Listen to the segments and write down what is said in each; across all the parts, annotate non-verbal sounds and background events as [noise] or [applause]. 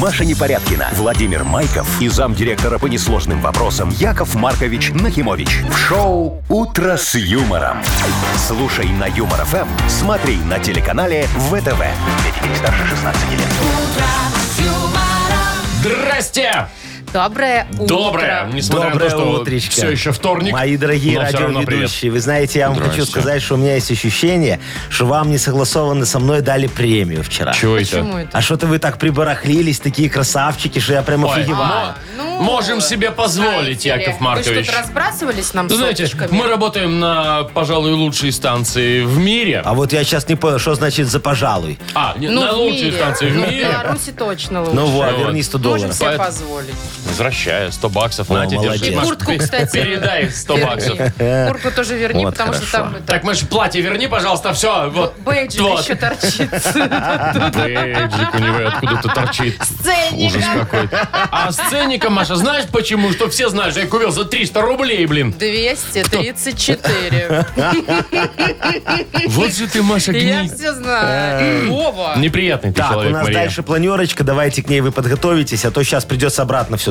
Маша Непорядкина, Владимир Майков и замдиректора по несложным вопросам Яков Маркович Нахимович. В шоу «Утро с юмором». Слушай на Юмор ФМ, смотри на телеканале ВТВ. Для детей старше 16 лет. Здрасте! Доброе утро. Доброе! Несмотря Доброе на то, что утречко. все еще вторник. Мои дорогие но всё равно привет. радиоведущие, вы знаете, я вам хочу Здрасте. сказать, что у меня есть ощущение, что вам не согласованно со мной дали премию вчера. Чего Почему это? это? А что-то вы так прибарахлились, такие красавчики, что я прям Ой, офигеваю. мо- можем себе позволить, А, ну, Знаете ли, Яков Вы Маркович. что-то разбрасывались нам Ну, знаете, соточками? мы работаем на, пожалуй, лучшей станции в мире. А вот я сейчас не понял, что значит за пожалуй. А, не, Ну, на в лучшей мире. станции в Ну, мире. Беларуси точно лучше. Ну вот, вот. верни 100 Можем долларов. себе Поэт- позволить. Возвращаю 100 баксов. О, на тебе, молодец. держи, И Маш, куртку, пе- кстати. Передай 100 Верни. баксов. Куртку тоже верни, Вот потому что там хорошо. это, Так, Маш, платье верни, пожалуйста, все. Вот. бейджик вот. А, еще торчит. [laughs] Бейджик у него откуда-то торчит. Ужас Сценник. какой. А сценника, Маша, знаешь почему? Что все знают, что я купил за 300 рублей, [laughs] блин. [laughs] 234. Вот же ты, Маша, Я гни. все Э. знаю. Вова. Неприятный ты А, Так, у человек, нас Мария. дальше планерочка, давайте к ней вы подготовитесь, а то сейчас придется обратно все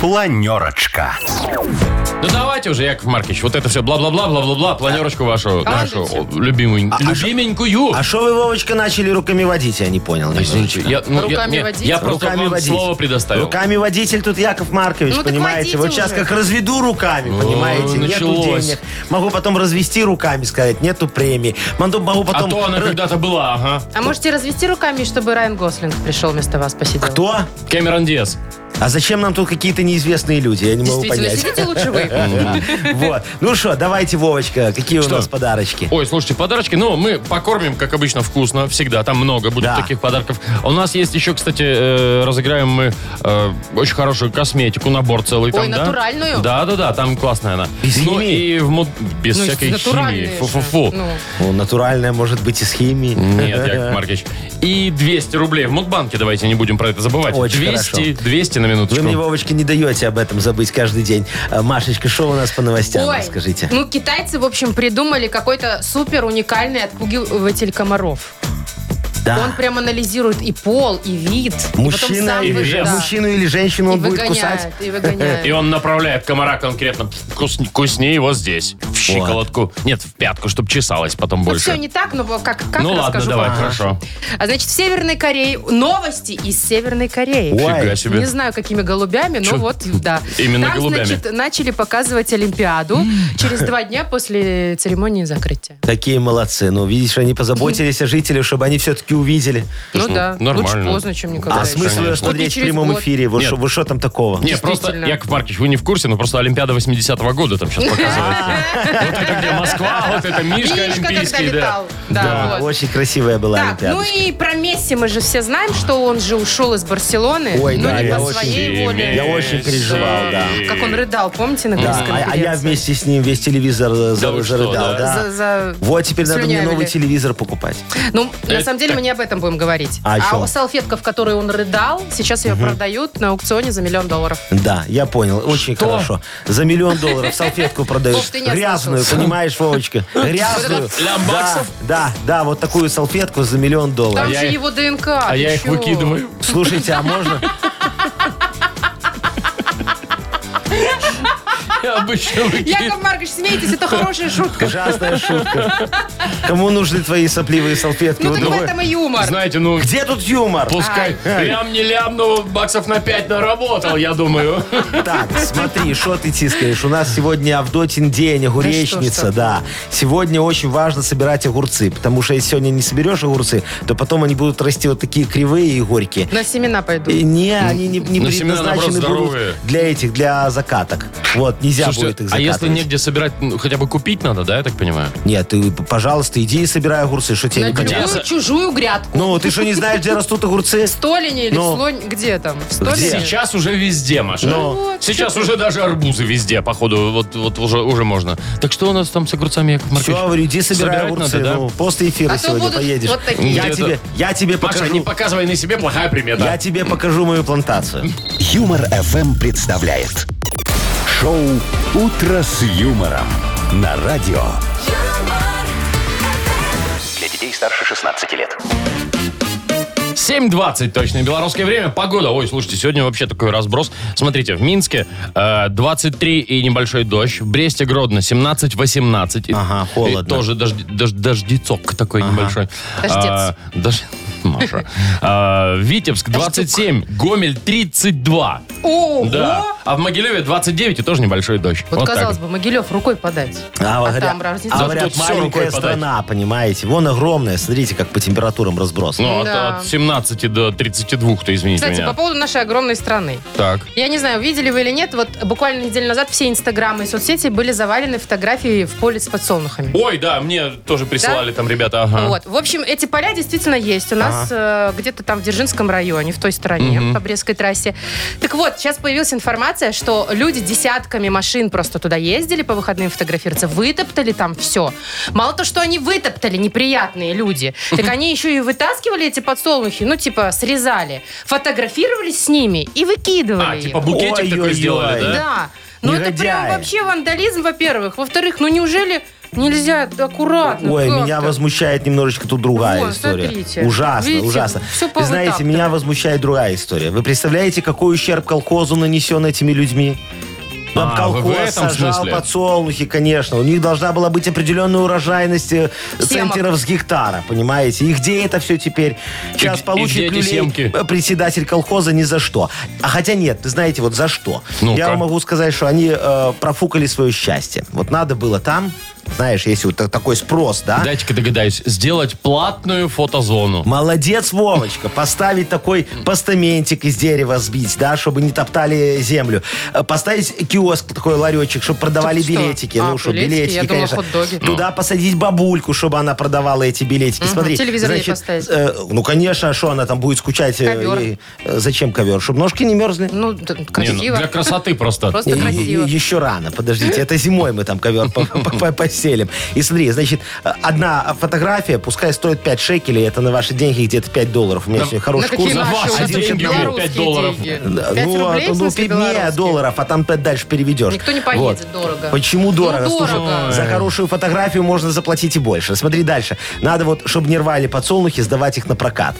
Планерочка. Ну давайте уже, Яков Маркич, вот это все бла-бла-бла-бла-бла-бла, планерочку вашу, нашу Командуйте. о, любимую, любименькую. А что вы, Вовочка, начали руками водить? Я не понял. Извините, немножечко. я, ну, я- Руками нет, водить? я просто Руками вам водить. слово предоставил. Руками водитель тут Яков Маркович, Ну так понимаете? водите Вот сейчас уже. как разведу руками, понимаете? Нету началось. денег. Могу потом развести руками, сказать, нету премии. Могу, могу А потом... то она когда-то была, ага. А можете развести руками, чтобы Райан Гослинг пришел вместо вас посидел? Кто? Кэмерон Диас. А зачем нам тут какие-то неизвестные люди? Я не могу Действительно, понять. сидите лучше вы. [laughs] Вот. Ну что, давайте, Вовочка, какие у Что? нас подарочки? Ой, слушайте, подарочки. Ну, мы покормим, как обычно, вкусно. Всегда там много будет Да. таких подарков. А У нас есть еще, кстати, э, разыграем мы э, очень хорошую косметику, набор целый. там, да? натуральную? Да, да, да, там классная она. Без Ну, химии? и в мод- без Ну, всякой натуральные химии. же. Фу-фу-фу. Ну, Ну, натуральная может быть из химии. Нет, Яков Маркович. И 200 рублей в Мудбанке, давайте не будем про это забывать. Очень 200, хорошо. 200 на минуточку. [laughs] Вы мне, Вовочка, не даете об этом забыть каждый день. А, Машечка, что у нас по новостям? Расскажите. ну китайцы, в общем, придумали какой-то супер уникальный отпугиватель комаров. Он Да. прям анализирует и пол, и вид. и потом А. Мужчина, сам или- выжи- да. мужчину или женщину и он будет выгоняет, кусать? и выгоняет. [laughs] И он направляет комара конкретно. Кус, кусни его здесь. В щиколотку. Нет, в пятку, чтобы чесалось потом Ну, больше. все не так, но как, как ну ладно, расскажу давай, вам. хорошо. А значит, в Северной Корее новости из Северной Кореи. Ой. Фига себе. Не знаю, какими голубями, но Чё? вот, да. Именно Там, голубями. значит, начали показывать Олимпиаду через два дня после церемонии закрытия. Такие молодцы. Ну, видишь, они позаботились о жителях, чтобы они все-таки увидели. Ну ну, да, нормально. лучше поздно, чем никогда. А смысл конечно. Ну, ее Вот не смотреть в через прямом год. эфире? Вот Нет. что- вот что там такого? Не, просто, Действительно. Яков Маркович, вы не в курсе, но просто Олимпиада 80-го года [laughs] там сейчас показывается. Вот это где Москва, вот это Мишка Мишка когда Олимпийский, да. летал. Да, Да, вот. очень красивая была Так, ну Олимпиадочка. и про Месси мы же все знаем, что он же ушел из Барселоны. Ой, ну, да, не я по очень- своей воле. Я очень переживал, да. Как он рыдал, помните, на Да, а- а, пресс-конференции? я вместе с ним весь телевизор э, за- Да вы что, зарыдал, да? да. За- за- Вот теперь надо мне слюнявили. новый телевизор покупать. Ну, на Это самом деле мы не об этом будем говорить. А о чем? салфетка, в которой он рыдал, сейчас ее продают на аукционе за миллион долларов. Да, я понял, очень хорошо. За миллион долларов салфетку продают. Вов, ты не Грязную, ослышался. понимаешь, [laughs] Вовочка? Грязную. лям Да, баксов? да, да, вот такую салфетку за миллион Там долларов. я же их- его ДНК. А я их выкидываю. Слушайте, а можно? Я [laughs] обычно выкидываю. Яков Маркович, смейтесь, это [laughs] хорошая шутка. Ужасная шутка. Кому нужны твои сопливые салфетки? Ну Вот так в другой- этом и юмор. Знаете, ну, Где тут юмор? пускай лям не лям, но баксов на 5 наработал, я думаю. Так, смотри, что ты тискаешь? У нас сегодня Авдотин день, Да что ж огуречница, да. Сегодня очень важно собирать огурцы, потому что если сегодня не соберешь огурцы, то потом они будут расти вот такие кривые и горькие. На семена пойду. И Не, они не, не Ну, семена, наоборот, предназначены будут здоровые. для этих, для закаток. Вот, нельзя нельзя Слушайте, будет их а если закатывать. негде собирать, ну, хотя бы купить надо, да, я так понимаю? Нет, ты, пожалуйста, иди и собирай огурцы, что тебе На не понятно. любую чужую грядку. Ну, ты что, не знаешь, где растут огурцы? В Столине или Ну. в Слонь... Где там? В Столине? Сейчас уже везде, Маша. Ну. Сейчас уже даже арбузы везде, походу, вот, вот уже, уже можно. Так что у нас там с огурцами, Яков Все, Маркович? говорю, иди собирай Собирать огурцы. надо, да? ну, после эфира А то сегодня будут поедешь. вот такие. Я Где-то- тебе, я тебе Маша, покажу. не показывай на себе, плохая примета. Я тебе покажу мою плантацию. Юмор FM представляет шоу Утро с юмором на радио. Для детей старше 16 лет. 7.20 точное белорусское время. Погода. Ой, слушайте, сегодня вообще такой разброс. Смотрите, в Минске э, 23 и небольшой дождь. В Бресте Гродно 17-18. И- Ага, холодно. и тоже дожди- дож- дождицок такой небольшой. Дождец. А, дож- [laughs] Маша. А, Витебск 27, Гомель 32. Ого! Да. А в Могилеве 29 и тоже небольшой дождь. Вот, так казалось вот. бы, Могилев рукой подать. А, вот говорят, там разница. а Зато говорят, тут всё рукой маленькая подать. страна, понимаете? Вон огромная, смотрите, как по температурам разброс. Ну, от- Да. от, 17 до 32, то извините Кстати, меня. по поводу нашей огромной страны. Так. Я не знаю, видели вы или нет, вот буквально неделю назад все инстаграмы и соцсети были завалены фотографией в поле с подсолнухами. Ой, да, мне тоже присылали там ребята. Ага. Вот. В общем, эти поля действительно есть. У нас э, где-то там в Дзержинском районе, в той стороне, по Брестской трассе. Так вот, сейчас появилась информация, что люди десятками машин просто туда ездили по выходным фотографироваться, вытоптали там все. Мало то, что они вытоптали, неприятные люди, так они еще и вытаскивали эти подсолнухи, ну, типа, срезали, фотографировались с ними и выкидывали А, их. типа букетик такой Ой-ой-ой. сделали, да? Да. Ну это прям Негодяи. вообще вандализм, во-первых. Во-вторых, ну неужели нельзя аккуратно? Ой, как-то? меня возмущает немножечко тут другая Вот, история. смотрите. Ужасно, Видите, ужасно. всё Вы знаете, повытаптывает. меня возмущает другая история. Вы представляете, какой ущерб колхозу нанесен этими людьми? Там А, вы в колхоз этом сажал смысле? подсолнухи, конечно. У них должна была быть определенная урожайность э, Семок. центнеров с гектара, понимаете? И где это все теперь? Сейчас и где получит эти люлей семки? председатель колхоза ни за что. А хотя нет, вы знаете, вот за что. Ну-ка. Я вам могу сказать, что они э, профукали свое счастье. Вот надо было там, знаешь, если вот та- такой спрос, да? Дайте-ка догадаюсь, сделать платную фотозону. Молодец, Вовочка, поставить такой постаментик из дерева сбить, да, чтобы не топтали землю. Э, Поставить киоск, такой ларечек, чтобы продавали Так что? билетики. А, ну что, билетики, билетики, я думала, конечно. хот-доги. Туда посадить бабульку, чтобы она продавала эти билетики. Смотри, телевизор ей поставить. э, ну, конечно, а что она там будет скучать? э, Ковер. ей? Э, зачем ковер? Чтобы ножки не мерзли? Ну, д- Не, ну, красиво. для красоты просто. Просто Е- е- красиво. Еще рано, подождите, это зимой мы там ковер по- по- по- постелим. И смотри, значит, одна фотография, пускай стоит 5 шекелей, это на ваши деньги где-то 5 долларов. У меня сегодня На хороший какие курс. За наши ваши вот эти деньги, белорусские пять долларов. деньги? Да, Пять ну, рублей, а то, в ну, смысле, пи- не, белорусских? долларов, а там пять дальше переведешь. Никто не поедет, Вот. дорого. Почему дорого? Ну, Слушай, дорого. за хорошую фотографию можно заплатить и больше. Смотри дальше. Надо вот, чтобы не рвали подсолнухи, сдавать их на прокат.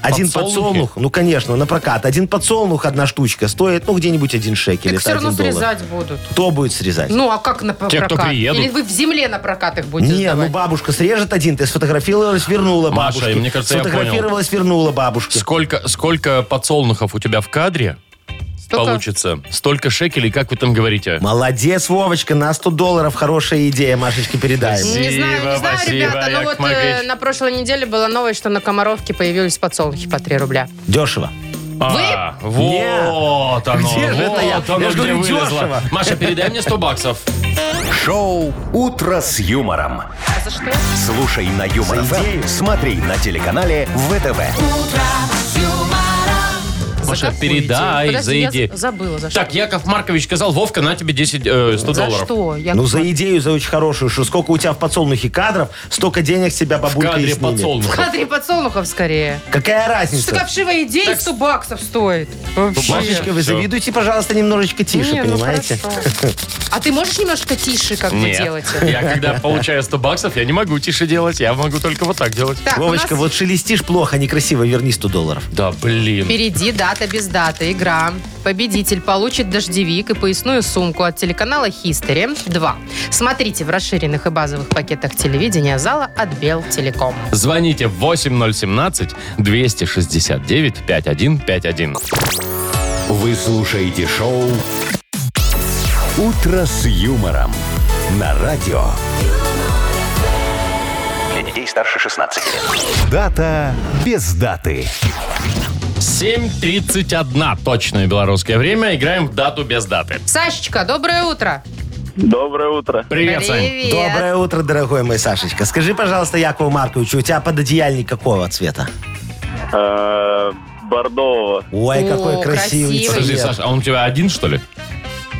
Один Подсолнухи? подсолнух, ну, конечно, на прокат. Один подсолнух, одна штучка, стоит, ну, где-нибудь один шекель. Так это все равно один доллар. срезать будут. Кто будет срезать? Ну, а как на Те, кто прокат? приедут. Или вы в земле на прокат их будете Не, ну сдавать? бабушка срежет один, ты сфотографировалась, вернула Маша, бабушке. мне кажется, я понял. Сфотографировалась, вернула бабушке. Сколько, сколько подсолнухов у тебя в кадре Столько- получится? Столько шекелей, как вы там говорите? Молодец, Вовочка, на 100 долларов хорошая идея, Машечке передаем. Не знаю, Спасибо, не знаю, спасибо, ребята, но Яков вот э, Маркович. на прошлой неделе была новость, что на Комаровке появились подсолнухи по 3 рубля. Дешево. А, вот оно, Где же это вот я? оно, Я же где говорю, вылезло. дешево. Маша, передай мне 100 баксов. Шоу Утро с юмором. А за что? Слушай на Юмор За ФМ, идею. смотри на телеканале ВТВ. Маша, какую передай, идею? Подожди, за я идею. з- забыла, за что. Так, Яков Маркович сказал, Вовка, на тебе 10, э, 100 за долларов. что? Я- [laughs] Ну, за идею, за очень хорошую, что сколько у тебя в подсолнухе кадров, столько денег с тебя В бабулька и кадре снимет. В подсолнухов. кадре подсолнухов скорее. Какая Что такая разница? вшивая идея 100 баксов стоит? Вообще. баксов? Машечка, вы Всё. завидуйте, пожалуйста, немножечко тише, Не, ну понимаете? хорошо. [laughs] А ты можешь немножко тише как бы Нет. [laughs] делать? это? Я когда получаю 100 баксов, я не могу тише делать, я могу только вот так делать. Так, у Вовочка, нас вот шелестишь плохо, некрасиво, верни 100 долларов. Да, блин. Впереди дата без даты. Игра. Победитель получит дождевик и поясную сумку от телеканала History 2. Смотрите в расширенных и базовых пакетах телевидения зала от Белтелеком. Звоните 8017-269-5151. Вы слушаете шоу Утро с юмором на радио. Для детей старше 16 лет. Дата без даты. 7.31 точное белорусское время. Играем в дату без даты. Сашечка, доброе утро. Доброе утро. Привет, Сань. Привет. Доброе утро, дорогой мой Сашечка. Скажи, пожалуйста, Якову Марковичу, у тебя пододеяльник какого цвета? Э, Бордового. Ой, О, какой красивый, красивый. Подожди, цвет. Саша, а он у тебя один, что ли?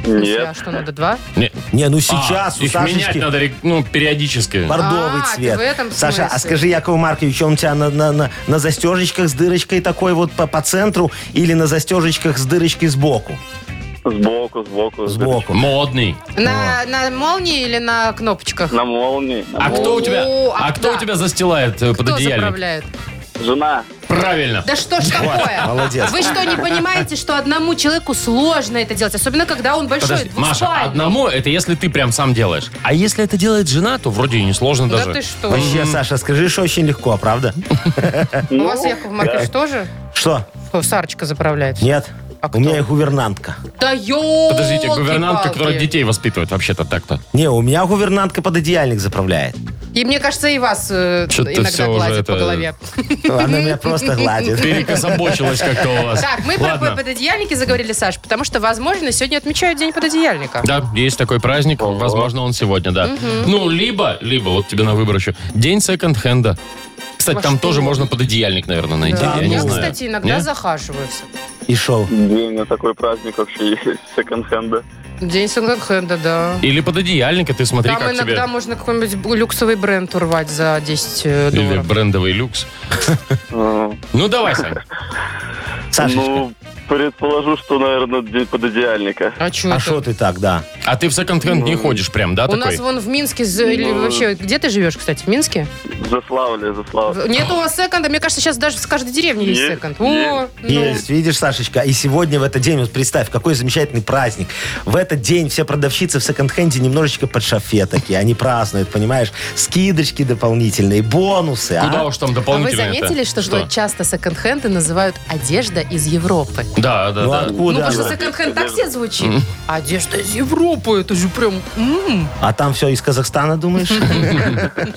А Нет. Что надо, два? Не- Не, ну сейчас А, у их менять Сашечки надо ре- ну, периодически. бордовый А, ты цвет. в этом Саша, а смысле? скажи, Якову Марковичу, он у тебя на, на, на, на застежечках с дырочкой такой вот по, по центру или на застежечках с дырочкой сбоку? Сбоку, сбоку. Сбоку. Модный. На, на молнии или на кнопочках? На молнии. на А молнии. кто у тебя? О, А а кто у да. тебя застилает э, Кто пододеяльник? заправляет? Жена. Правильно. Да что ж такое? молодец. а Вы что, не понимаете, что одному человеку сложно это делать? Особенно, когда он большой, Подожди, Маша, двуспальный. одному это если ты прям сам делаешь. А если это делает жена, то вроде и несложно Да даже. ты что? Вообще, Саша, скажи, что очень легко, правда? У вас, Яков Маркович, тоже? Что? О, Сарочка заправляет. Нет? А у кто? меня гувернантка. Да елки Подождите, гувернантка, которая детей воспитывает вообще-то так-то. Не, у меня гувернантка [laughs] пододеяльник заправляет. И мне кажется, и вас э, Чё-то всё иногда уже гладит это- по голове. Она меня просто гладит. Перекособочилась как-то у вас. Так, мы про Ладно. пододеяльники заговорили, Саш, потому что, возможно, сегодня отмечают День пододеяльника. Да, есть такой праздник, возможно, он сегодня, да. Ну, либо, либо, вот тебе на выбор еще, день секонд-хенда. Кстати, Во там что? тоже можно пододеяльник, наверное, найти, Да, я не я, знаю. кстати, иногда Не? захаживаюсь. И шоу. Где у меня такой праздник вообще есть? [laughs] Секонд-хенда. День секонд-хенда, да. Или пододеяльника, ты смотри, Там как иногда тебе. можно какой-нибудь люксовый бренд урвать за 10 э, Или долларов. брендовый люкс. Э, Ну, давай, Сань. Сашечка, Ну, предположу, что, наверное, день пододеяльника. А что а Ну. это? что ты так, да? А ты в секонд-хенд не ходишь прям, да, У нас А такой? вон в Минске, за- или Ну, вообще, где ты живешь, кстати, в Минске? Заславле, Заславле. В- Нет у вас секонда? Мне кажется, сейчас даже в каждой деревне есть, Есть, секонд. есть. ну. Есть, видишь, Сашечка, и сегодня в этот день, вот представь, какой замечательный праздник. В этот день все продавщицы в секонд-хенде немножечко под шафе такие, они празднуют, понимаешь? Скидочки дополнительные, бонусы, а? Куда уж там А вы дополнительно заметили, что, часто секонд-хенды называют «одежда из Европы»? Да, да, Ну да. ну, откуда? потому что да. секонд-хенд так все звучит. Одежда из Европы, это же прям... м. А там все из Казахстана, думаешь? Так.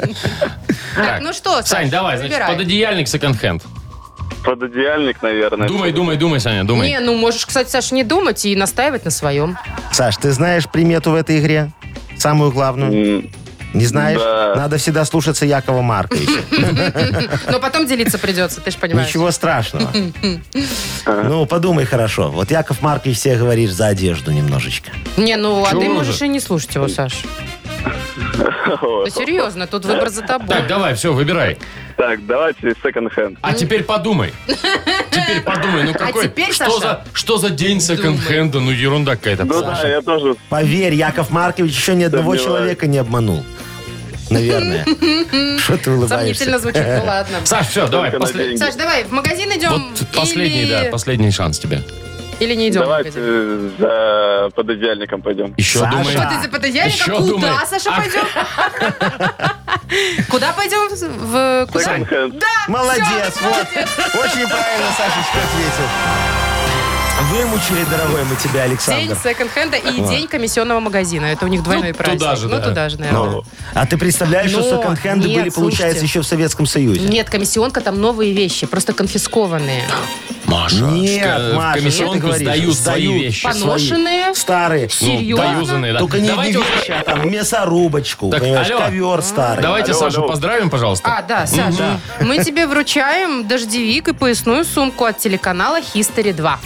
Так, ну что, Саш, Сань, давай, значит, выбирай. пододеяльник секонд-хенд. Пододеяльник, наверное. Думай, думай, думай, Саня, думай. Не, ну можешь, кстати, Саш, не думать и настаивать на своем. Саш, ты знаешь примету в этой игре? Самую главную? М, Не знаешь? Да. Надо всегда слушаться Якова Марковича. Но потом делиться придется, ты же понимаешь. Ничего страшного. Ну, подумай хорошо. Вот Яков Маркович все говоришь за одежду немножечко. Не, ну, а Чего ты же? можешь и не слушать [laughs] его, Саш. Да серьезно, тут выбор за Так, тобой. давай, все, выбирай. Так, давайте секонд-хенд. А теперь подумай. Теперь подумай, ну какой... Ну. А теперь, что, за, Саша, что за день секонд-хенда? Ну ерунда какая-то. Ну да, я тоже. Поверь, Яков Маркович еще ни одного Сомневаюсь. человека не обманул. [laughs] Наверное. Что ты Сомнительно улыбаешься? звучит, [laughs] ну ладно. Саш, все, давай, Только на послед- деньги. Саш, давай, в магазин идем. Вот последний, или... да, последний шанс тебе. Или не идем Давайте в магазин. э, за пододеяльником пойдем. Еще Саша. думай. Что Ты за пододеяльником? Еще Куда, думай. Саша, А- пойдем? [laughs] Куда пойдем? В... Куда? Секонд-хенд. Молодец, вот. Очень правильно Сашечка ответил. Вымучили, дорогой мы тебя, День Александр. секонд-хенда и день комиссионного магазина. Это у них двойной туда праздник. же, ну, да. туда же, наверное. А ты представляешь, что Но, секонд-хенды Ну, нет, были, получается, слушайте. еще в Советском Союзе? Нет, комиссионка там новые вещи, просто конфискованные. Маша, Нет, что, в Маша, что ты комиссионку говоришь? сдают свои Сдают. вещи. Пан- Поношенные. Старые. Ну, Серьезно? доюзанные, да. Только не не Давайте уже- вещи, а там мясорубочку, Так, понимаешь, алло. ковер старый. Давайте Алло, Сашу алло. поздравим, пожалуйста. А, да, Саша, [laughs] мы тебе вручаем дождевик и поясную сумку от телеканала History 2.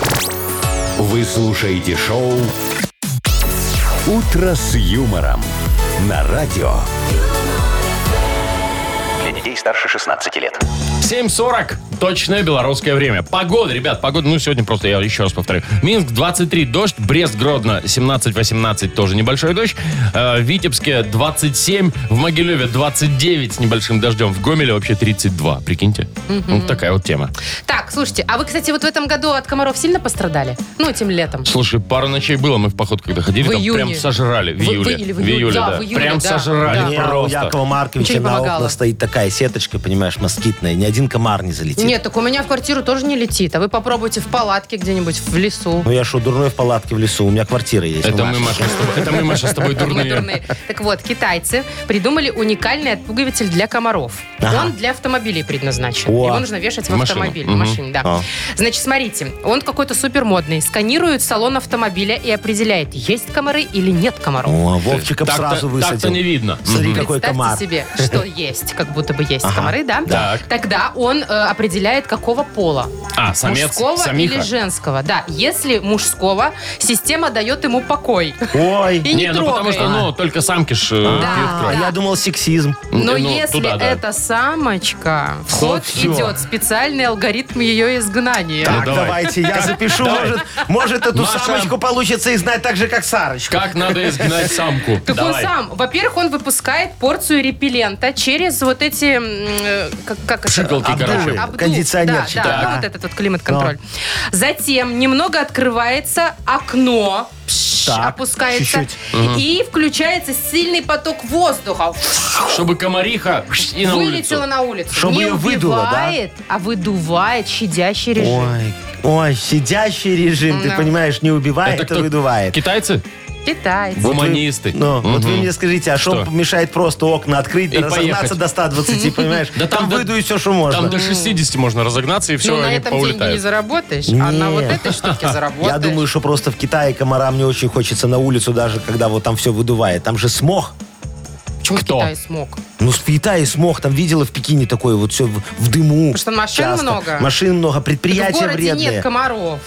Вы слушаете шоу «Утро с юмором» на радио. Для детей старше 16 лет. 7.40. Точное белорусское время. Погода, ребят, погода. Ну, сегодня просто я еще раз повторю. Минск 23, дождь. Брест, Гродно 17-18, тоже небольшой дождь. Э, В Витебске 27, в Могилеве 29 с небольшим дождем. В Гомеле вообще 32, прикиньте. Ну, такая вот тема. Так, слушайте, а вы, кстати, вот в этом году от комаров сильно пострадали? Ну, этим летом. Слушай, пару ночей было, мы в поход когда ходили, В там июне. прям сожрали. В В- в июле. июле, в июле, да, в июле, прям да, сожрали да. У меня у просто. Якова Ничего Марковича не на помогало. окна стоит такая сеточка, понимаешь, москитная. Ни один один комар не залетит. Нет, так у меня в квартиру тоже не летит. А вы попробуйте в палатке где-нибудь, в лесу. Ну я что, дурной в палатке в лесу? У меня квартира есть. Это ну, мы, Маша. Маша, с тобой, это мы, Маша, с тобой Ну, Мы дурные. дурные. Так вот, китайцы придумали уникальный отпугиватель для комаров. Ага. Он для автомобилей предназначен. О. Его нужно вешать в В машину. автомобиль, в Мгм. машине, да. А. Значит, смотрите, он какой-то супермодный. Сканирует салон автомобиля и определяет, есть комары или нет комаров. О, Вовчика б Так-то- сразу высадил. Так-то не видно. Смотри, Мгм. какой Представьте комар. себе, что есть, как будто бы есть Ага. комары, да? Так. Тогда он э, определяет, какого пола. А, самец, мужского самиха. или женского. Да, если мужского, система дает ему покой. Ой, И не, Не, ну потому трогает. что, ну, только самки ж э, Да. пьют а кровь. я думал сексизм. Но Ну, если туда, да. это самочка, в ход всё. идет специальный алгоритм ее изгнания. Так, давай. давайте, я запишу. Давай. Может, может, эту Маша. самочку получится изгнать так же, как Сарочку. Как надо изгнать самку? Так Давай. он сам, во-первых, он выпускает порцию репеллента через вот эти, м, э, как, как это? Пшикалки, короче. Обдув, Кондиционерчик, А. Да, да, да. ну, вот этот вот климат-контроль. Затем немного открывается окно, пш, Так, опускается, чуть-чуть. и включается сильный поток воздуха. Чтобы комариха и на Вылетела улицу. на улицу. Чтобы Не ее выдуло, да? убивает, а выдувает щадящий режим. Ой, ой, сидящий режим, ты Да. понимаешь, не убивает, это кто? выдувает. Китайцы? Китайцы. Вот вы- Гуманисты. Ну, вот вы Мгм. мне скажите, а Что? что мешает просто окна открыть, И да разогнаться поехать. [laughs] до 120, понимаешь? Да там Там до- выдует все, что Там можно. до 60 можно разогнаться, и все, ну, на они этом деньги не поулетают. заработаешь, а на вот Нет. этой штуке [laughs] заработаешь. Я думаю, что просто в Китае комарам не очень хочется на улицу, даже когда вот там все выдувает. Там же смог. почему кто? Китай смог. Ну, в Китае смог. Там видела в Пекине такое вот все в, в дыму. Потому что машин много. Машин много, в предприятия городе вредные. нет комаров.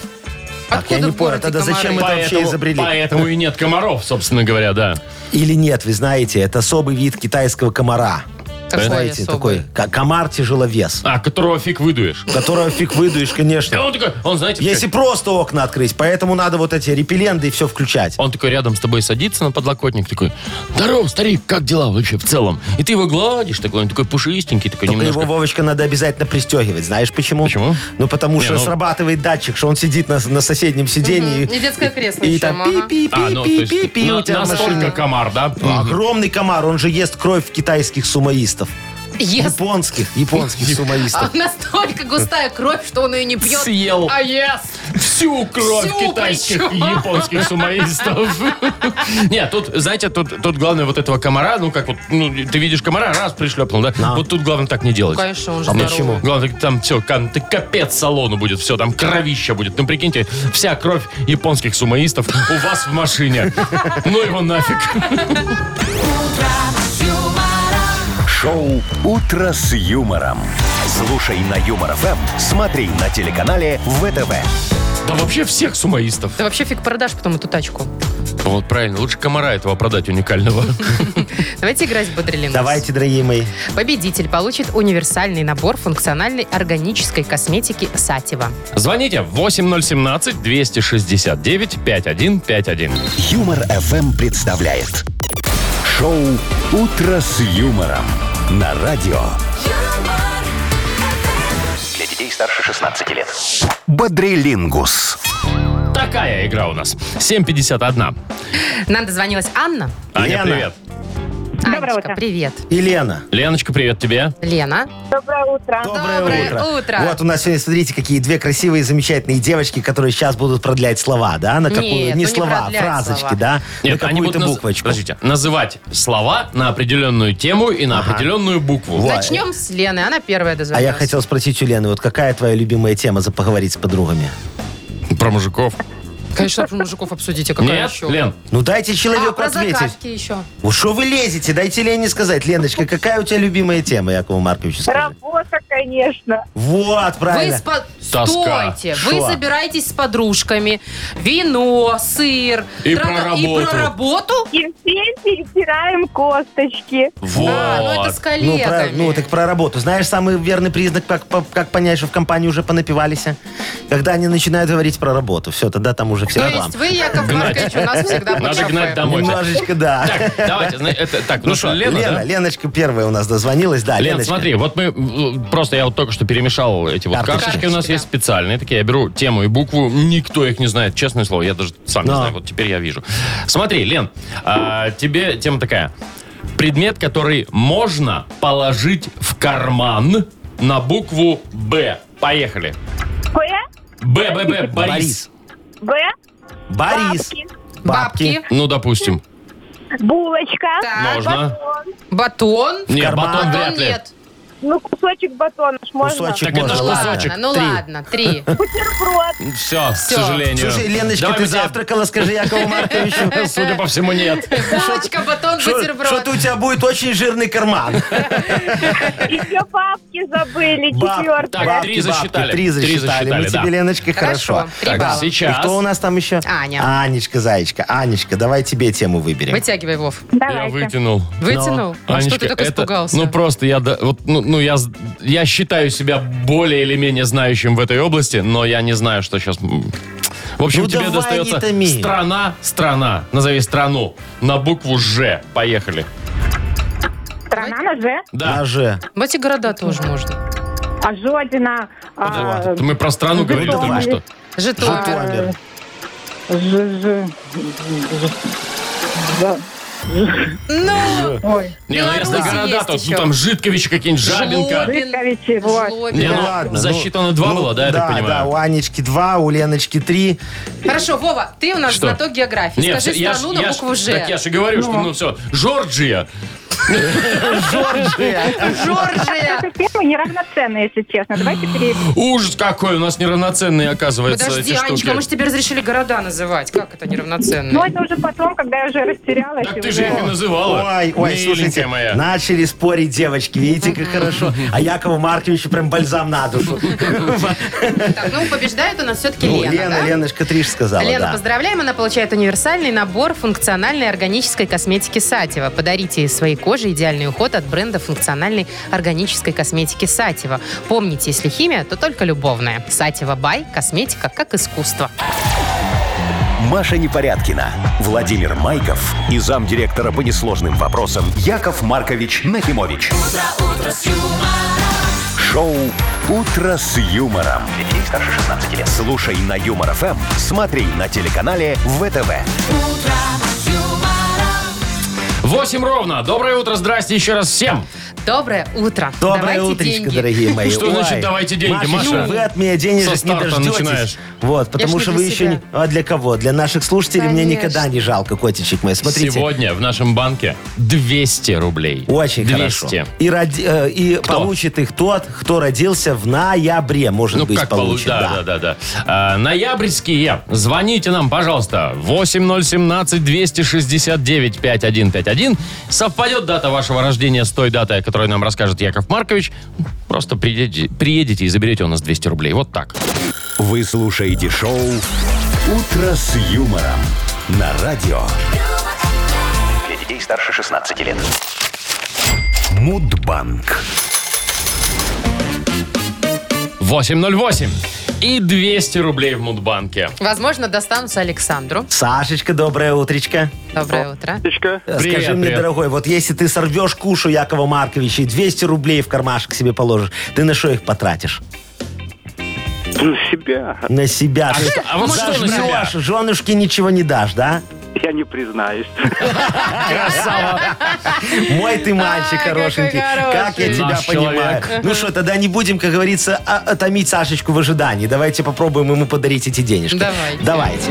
Так, Откуда я не в понял, городе тогда комары? зачем мы это вообще изобрели. поэтому и нет комаров, собственно говоря, да. Или нет, вы знаете, это особый вид китайского комара. Какой знаете, особый? такой ко- комар-тяжеловес, А, которого фиг выдуешь. которого фиг выдуешь, [laughs] И конечно. он такой, он, знаете, Если просто окна открыть, поэтому надо вот эти репелленды и все включать. Он такой рядом с тобой садится на подлокотник, такой, здорово, старик, как дела вообще в целом? И ты его гладишь такой, он такой пушистенький, такой Только немножко... его, Вовочка, надо обязательно пристегивать. Знаешь почему? Почему? Ну, потому Не, что ну- срабатывает датчик, что он сидит на, на соседнем сиденье. Мгм, и детское кресло И еще там ему, ага. А, ну, то есть пи-пи-пи-пи-пи на- у тебя настолько машина. комар, да? Ну, Огромный комар, он же ест кровь китайских сумоистов. Ест. Японских, [laughs] японских А сумоистов. настолько густая кровь, что он ее не пьет. Съел. А ест. Всю кровь Всю китайских и причем. японских сумоистов. [laughs] Нет, тут, знаете, тут, тут главное вот этого комара, ну как вот, ну, ты видишь комара, раз, пришлепнул, да? Вот тут главное так не делать. Конечно, он же А здоровый. почему? Главное, там все, кон- ты капец салону будет, все, там кровища будет. Ну, прикиньте, вся кровь японских сумоистов у вас в машине. Ну его нафиг. Шоу «Утро с юмором». Слушай на Юмор ФМ, смотри на телеканале ВТВ. Да вообще всех сумоистов. Ты вообще фиг продашь потом эту тачку. Вот правильно, лучше комара этого продать уникального. Давайте играть в Бодрилингус. Давайте, дорогие мои. Победитель получит универсальный набор функциональной органической косметики Сатева. Звоните 8017-269-5151. Юмор ФМ представляет. Шоу «Утро с юмором» на радио юмор, Для детей старше 16 лет. «Бодрилингус». Такая игра у нас. 7.51. Нам дозвонилась Анна. Аня, Лена. привет. Анечка, утро. привет. Елена. Леночка, привет тебе. Лена. Доброе утро. Доброе, Доброе утро. утро. Вот у нас сегодня, смотрите, какие две красивые, замечательные девочки, которые сейчас будут продлять слова, да, на какую Нет, ну не не слова, а продлять фразочки, слова. да, Нет, на они будут какую-то наз- буквочку. Подождите, называть слова на определенную тему и на определенную букву. Вот. Начнем с Лены. Она первая А дозвонилась. я хотел спросить у Лены, вот какая твоя любимая тема за поговорить с подругами? Про мужиков. Конечно, про мужиков обсудите, какая Нет, еще. Лен, Ну дайте А, человеку про ответить. загадки еще. Ну что вы лезете? Дайте Лене сказать. Леночка, какая у тебя любимая тема, Якову Марковичу скажи? Работа, конечно. Вот, Вы правильно. спо- Тоска. стойте. Шо? Вы собираетесь с подружками. Вино, сыр. И тра-та- про И работу. про работу? И все перетираем косточки. вот. А, ну это с Ну, про- коллегами. ну, так про работу. Знаешь, самый верный признак, как, по- как понять, что в компании уже понапивались? а? Когда они начинают говорить про работу. Все, тогда там уже все То равно. есть вы, Яков Маркович, у нас всегда под Надо шофе. гнать домой. Немножечко, да. Так, давайте, зна- это- так, ну что, Лена, да? Леночка первая у нас дозвонилась. Да, Лен, Леночка. смотри, вот мы м, просто я вот только что перемешал эти вот Карточки. карточки. У нас Карточки, есть да. специальные такие. Я беру тему и букву. Никто их не знает, честное слово. Я даже сам не Да. знаю. Вот теперь я вижу. Смотри, Лен, а, тебе тема такая. Предмет, который можно положить в карман на букву Б. Поехали. Б, Б, Б, Б, Борис. Борис. Б, Борис. бабки, Бабки. Ну, допустим. булочка, Так. Можно. батон. Батон. Не, карман. батон Батон вряд ли. А нет. Ну, кусочек батона ж можно. Кусочек Так это можно. ж ладно. кусочек. Ладно, ну Три. ладно, [laughs] три. [laughs] Бутерброд. Все, к Всё. сожалению. Слушай, Леночка, Давай ты мы тебя- завтракала, скажи Якову Марковичу. Судя по всему, [laughs] нет. Булочка, батон, бутерброд. Что-то у тебя будет очень жирный карман. Еще бабки забыли. Баб- Так, Четвертое. три Бабки, бабки, засчитали. Три засчитали. Мы да. тебе, Леночка, Хорошо, хорошо. три Так, балла. И сейчас. кто у нас там еще? Аня. Анечка, зайчка. Анечка, давай тебе тему выберем. Вытягивай, Вов. Я Давайте. вытянул. Вытянул? А что Анечка, ты так это- испугался? ну просто я да- вот, ну, ну, я з- я считаю себя более или менее знающим в этой области, но я не знаю, что сейчас. В общем, Ну, тебе давай, не достается томи. страна, страна. Назови страну на букву Ж. Поехали. Страна на Ж. а Да. Ноже. В эти города тоже можно. Ожогина. Да. Это Мы про страну говорили давай. только что. А, Житомир. Житомир. Ж-ж. Ну, Ой. Не, ну если Беларусь города, есть то ну, еще. там Житкович какие-нибудь, Жабинка. Жлобин. Житковичи, вот. Не, Жлобин. ну, засчитано два было, да, я так понимаю? ну, Да, у Анечки два, у Леночки три. Хорошо, Вова, ты у нас Что? знаток географии. Нет, Скажи я ж- страну я на ж- букву Так я Ж. же говорю, что ну все, Жорджия. Жоржия. Это первое неравноценно, если честно. Давайте пере... Ужас какой, у нас неравноценные, оказывается, Подожди, [laughs] эти штуки. Анечка, мы же тебе разрешили города называть. Как это Ну, неравноценно? это уже потом, когда я уже растерялась. Так и ты же уже- их и называла. Ой, ой, миленькая слушайте, моя. начали спорить девочки, видите, как хорошо. А Якову Марковичу прям бальзам на душу. Так, ну, побеждает у нас все-таки Ну, Лена, да? Лена, Леночка Триш сказала, Лена, да. поздравляем, она получает универсальный набор функциональной органической косметики Сатева. Подарите своей коже идеальный уход от бренда функциональной органической косметики Сатева. Помните, если химия, то только любовная. Сатева Бай, косметика как искусство. Маша Непорядкина, Владимир Майков и замдиректора по несложным вопросам Яков Маркович Нахимович. Шоу Утро с юмором. Детей старше 16 лет. Слушай на юмор ФМ, смотри на телеканале ВТВ. 8 ровно. Доброе утро, здрасте еще раз всем. Доброе утро. Доброе Давайте утречко, деньги. дорогие мои. Что значит Ой, давайте деньги, Маша? ну, вы от меня денежек Со не старта дождетесь. начинаешь. Вот, потому не что для вы еще себя. не... А для кого? Для наших слушателей мне Конечно. никогда не жалко, котичек мой. Смотрите. Сегодня в нашем банке 200 рублей. Очень 200. хорошо. И, роди- э, и получит их тот, кто родился в ноябре, может Ну, быть, как получ- получит. Да, да, да. да. А, ноябрьские. Звоните нам, пожалуйста. 8017-269-5151. Совпадет дата вашего рождения с той датой, о которой нам расскажет Яков Маркович. Просто приедете, приедете и заберете у нас 200 рублей. Вот так. Вы слушаете шоу Утро с юмором на радио Для детей старше 16 лет. Мудбанк. 808. И 200 рублей в Мудбанке. Возможно, достанутся Александру. Сашечка, доброе утречко. Доброе утро. Птичка. Э, Привет, Скажи мне, привет. дорогой, вот если ты сорвешь кушу Якова Марковича и 200 рублей в кармашек себе положишь, ты на что их потратишь? Себя. На себя. А Ты что- а вот что на себя? зажмешь, женушке ничего не дашь, да? Я не признаюсь. Мой ты мальчик А, какой хорошенький. Как я хороший. тебя Наш понимаю. человек. Ну что, тогда не будем, как говорится, а- томить Сашечку в ожидании. Давайте попробуем ему подарить эти денежки. Давайте. Давайте.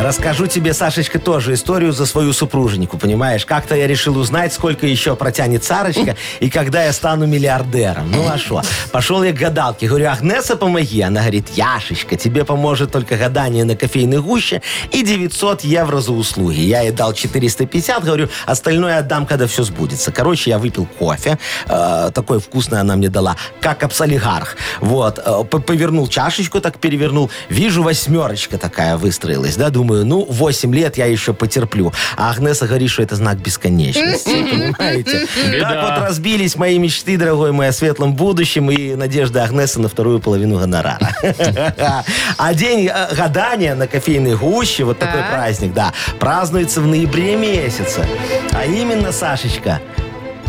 Расскажу тебе, Сашечка, тоже историю за свою супруженику, понимаешь? Как-то я решил узнать, сколько еще протянет Сарочка и когда я стану миллиардером. Ну а что? Пошел я к гадалке, говорю, Агнеса, помоги. Она говорит, Яшечка, тебе поможет только гадание на кофейной гуще и 900 евро за услуги. Я ей дал 450, говорю, остальное отдам, когда все сбудется. Короче, я выпил кофе, э, такой вкусный она мне дала, как абсолигарх. Вот, э, п- повернул чашечку, так перевернул, вижу восьмерочка такая выстроилась, да, думаю, ну, 8 лет я еще потерплю. А Агнеса говорит, что это знак бесконечности, понимаете? Беда. Так вот разбились мои мечты, дорогой мой, о светлом будущем и надежда Агнеса на вторую половину гонорара. [laughs] А день э, гадания на кофейной гуще, вот такой Так. праздник, да, празднуется в ноябре месяце. А именно, Сашечка,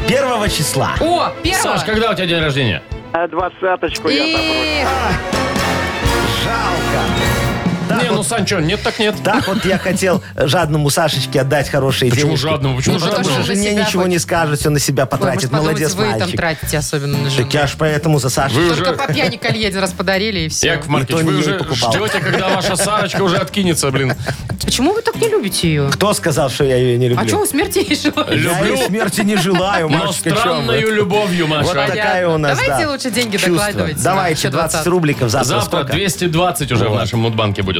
первого числа. О, первого. Саш, когда у тебя день рождения? А двадцаточку я забросил. Эх, Жалко. Так Не, ну, Санчо, нет так нет. Так вот я хотел жадному Сашечке отдать хорошие Почему денежки. жадному? Почему Ну, потому жадному? что Потому что жене себя ничего хочет. не скажет, все на себя Может, потратит. подумать, ну, Молодец вы там мальчик. тратите особенно на жену. Так я ж поэтому за Сашечку. Вы Только уже- по пьяни колье один раз подарили, и все. Яков Маркович, Никто вы не уже покупал. ждете, когда ваша Сарочка уже откинется, блин. Почему вы так не любите ее? Кто сказал, что я ее не люблю? А что вы смерти не желаете? Я Люблю. ей смерти не желаю, Но Машечка, чё вы. странною любовью, Вот Маша. такая у нас, Давайте да, лучше деньги чувство. докладывайте Давайте, на 20 120. рубликов завтра. Завтра сколько? 220 уже в нашем мудбанке будет.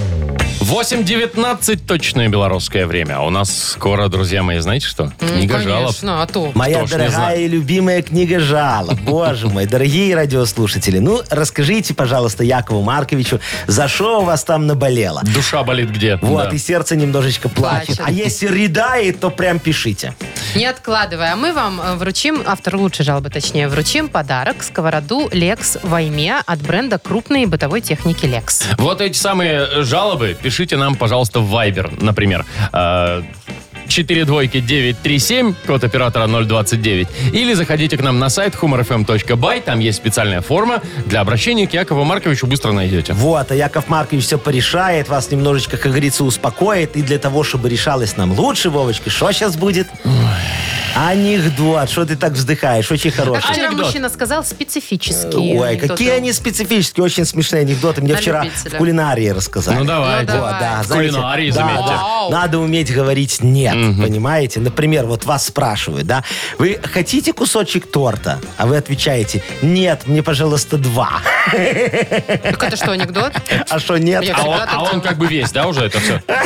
8.19 точное белорусское время. А у нас скоро, друзья мои, знаете что? Книга жалоб. Конечно, а то. Моя Кто ж не дорогая знает. и любимая книга жалоб. [laughs] Боже мой, дорогие радиослушатели, ну расскажите, пожалуйста, Якову Марковичу, за что у вас там наболело? Душа болит где? Вот, Да. и сердце немножечко плачет. Плачет. А если рыдает, то прям пишите. Не откладывая, мы вам э, вручим, автор лучшей жалобы, точнее, вручим подарок сковороду Lex Вайме от бренда крупной бытовой техники Lex. Вот эти самые жалобы пишите нам, пожалуйста, в Viber, например. Э, 4 двойки 937, код оператора 029. Или заходите к нам на сайт humorfm.by, там есть специальная форма для обращения к Якову Марковичу, быстро найдете. Вот, а Яков Маркович все порешает, вас немножечко, как говорится, успокоит. И для того, чтобы решалось нам лучше, Вовочка, что сейчас будет? Анекдот. Что ты так вздыхаешь? Очень Как хороший. вчера Анекдот. мужчина сказал, специфические. Ой, анекдоты. какие они специфические, очень смешные анекдоты. Мне На вчера любителя. в кулинарии рассказали. Ну давай. Ну да. Вот, да, В знаете, кулинарии, да, заметьте. да. Вау. Надо уметь говорить нет, понимаете? Например, вот вас спрашивают, да, вы хотите кусочек торта? А вы отвечаете, нет, мне, пожалуйста, два. [laughs] Так это что, анекдот? А что нет? Я А он, а он как бы весь, да, уже это все? А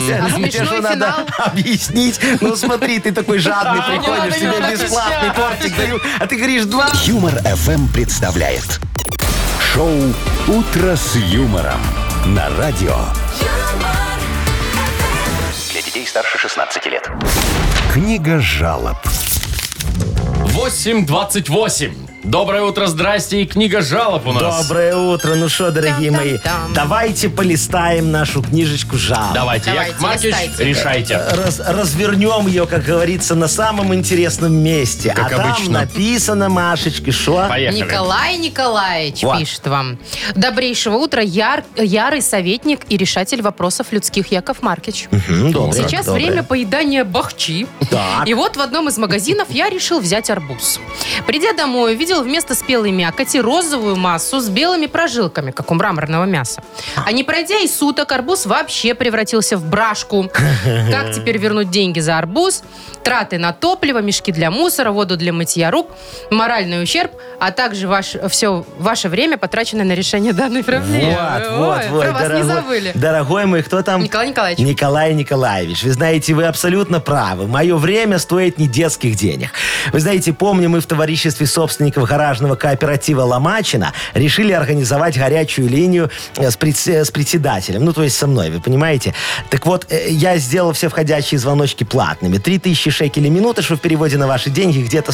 Тебе смешной же надо финал? объяснить. Ну смотри, ты [laughs] такой жадный, Да, приходишь, ну, тебе ну, бесплатный ну, тортик даю, а ты говоришь два. «Юмор FM представляет». Шоу «Утро с юмором». На радио юмор, Для детей старше 16 лет. «Книга жалоб». 8.28. Доброе утро, здрасте, и книга жалоб у нас. Доброе утро. Ну что, дорогие мои, Там-там-там. давайте полистаем нашу книжечку жалоб. Давайте, Давайте, Яков Маркович, листайте. решайте. Раз- развернем ее, как говорится, на самом интересном месте. Как а там обычно. написано, Машечки, что? Поехали. Николай Николаевич Вот. пишет вам. Добрейшего утра, яр- ярый советник и решатель вопросов людских Яков Маркич. Сейчас время поедания бахчи. Так. И вот в одном из магазинов я решил взять арбуз. Придя домой, увидел вместо спелой мякоти розовую массу с белыми прожилками, как у мраморного мяса. А не пройдя и суток, арбуз вообще превратился в [laughs] брашку. Как теперь вернуть деньги за арбуз? Траты на топливо, мешки для мусора, воду для мытья рук, моральный ущерб, а также ваш, все ваше время потрачено на решение данной проблемы. Вот, Ой, вот, вот. Про вас не дорогой- забыли. Дорогой мой, кто там? Николай Николаевич. Николай Николаевич, вы знаете, вы абсолютно правы. Мое время стоит не детских денег. Вы знаете, помню, мы в товариществе собственников гаражного кооператива Ломачина решили организовать горячую линию э, с, пред- э, с председателем. Ну, то есть со мной, вы понимаете? Так вот, э, я сделал все входящие звоночки платными. 3000 шекелей минуты, что в переводе на ваши деньги где-то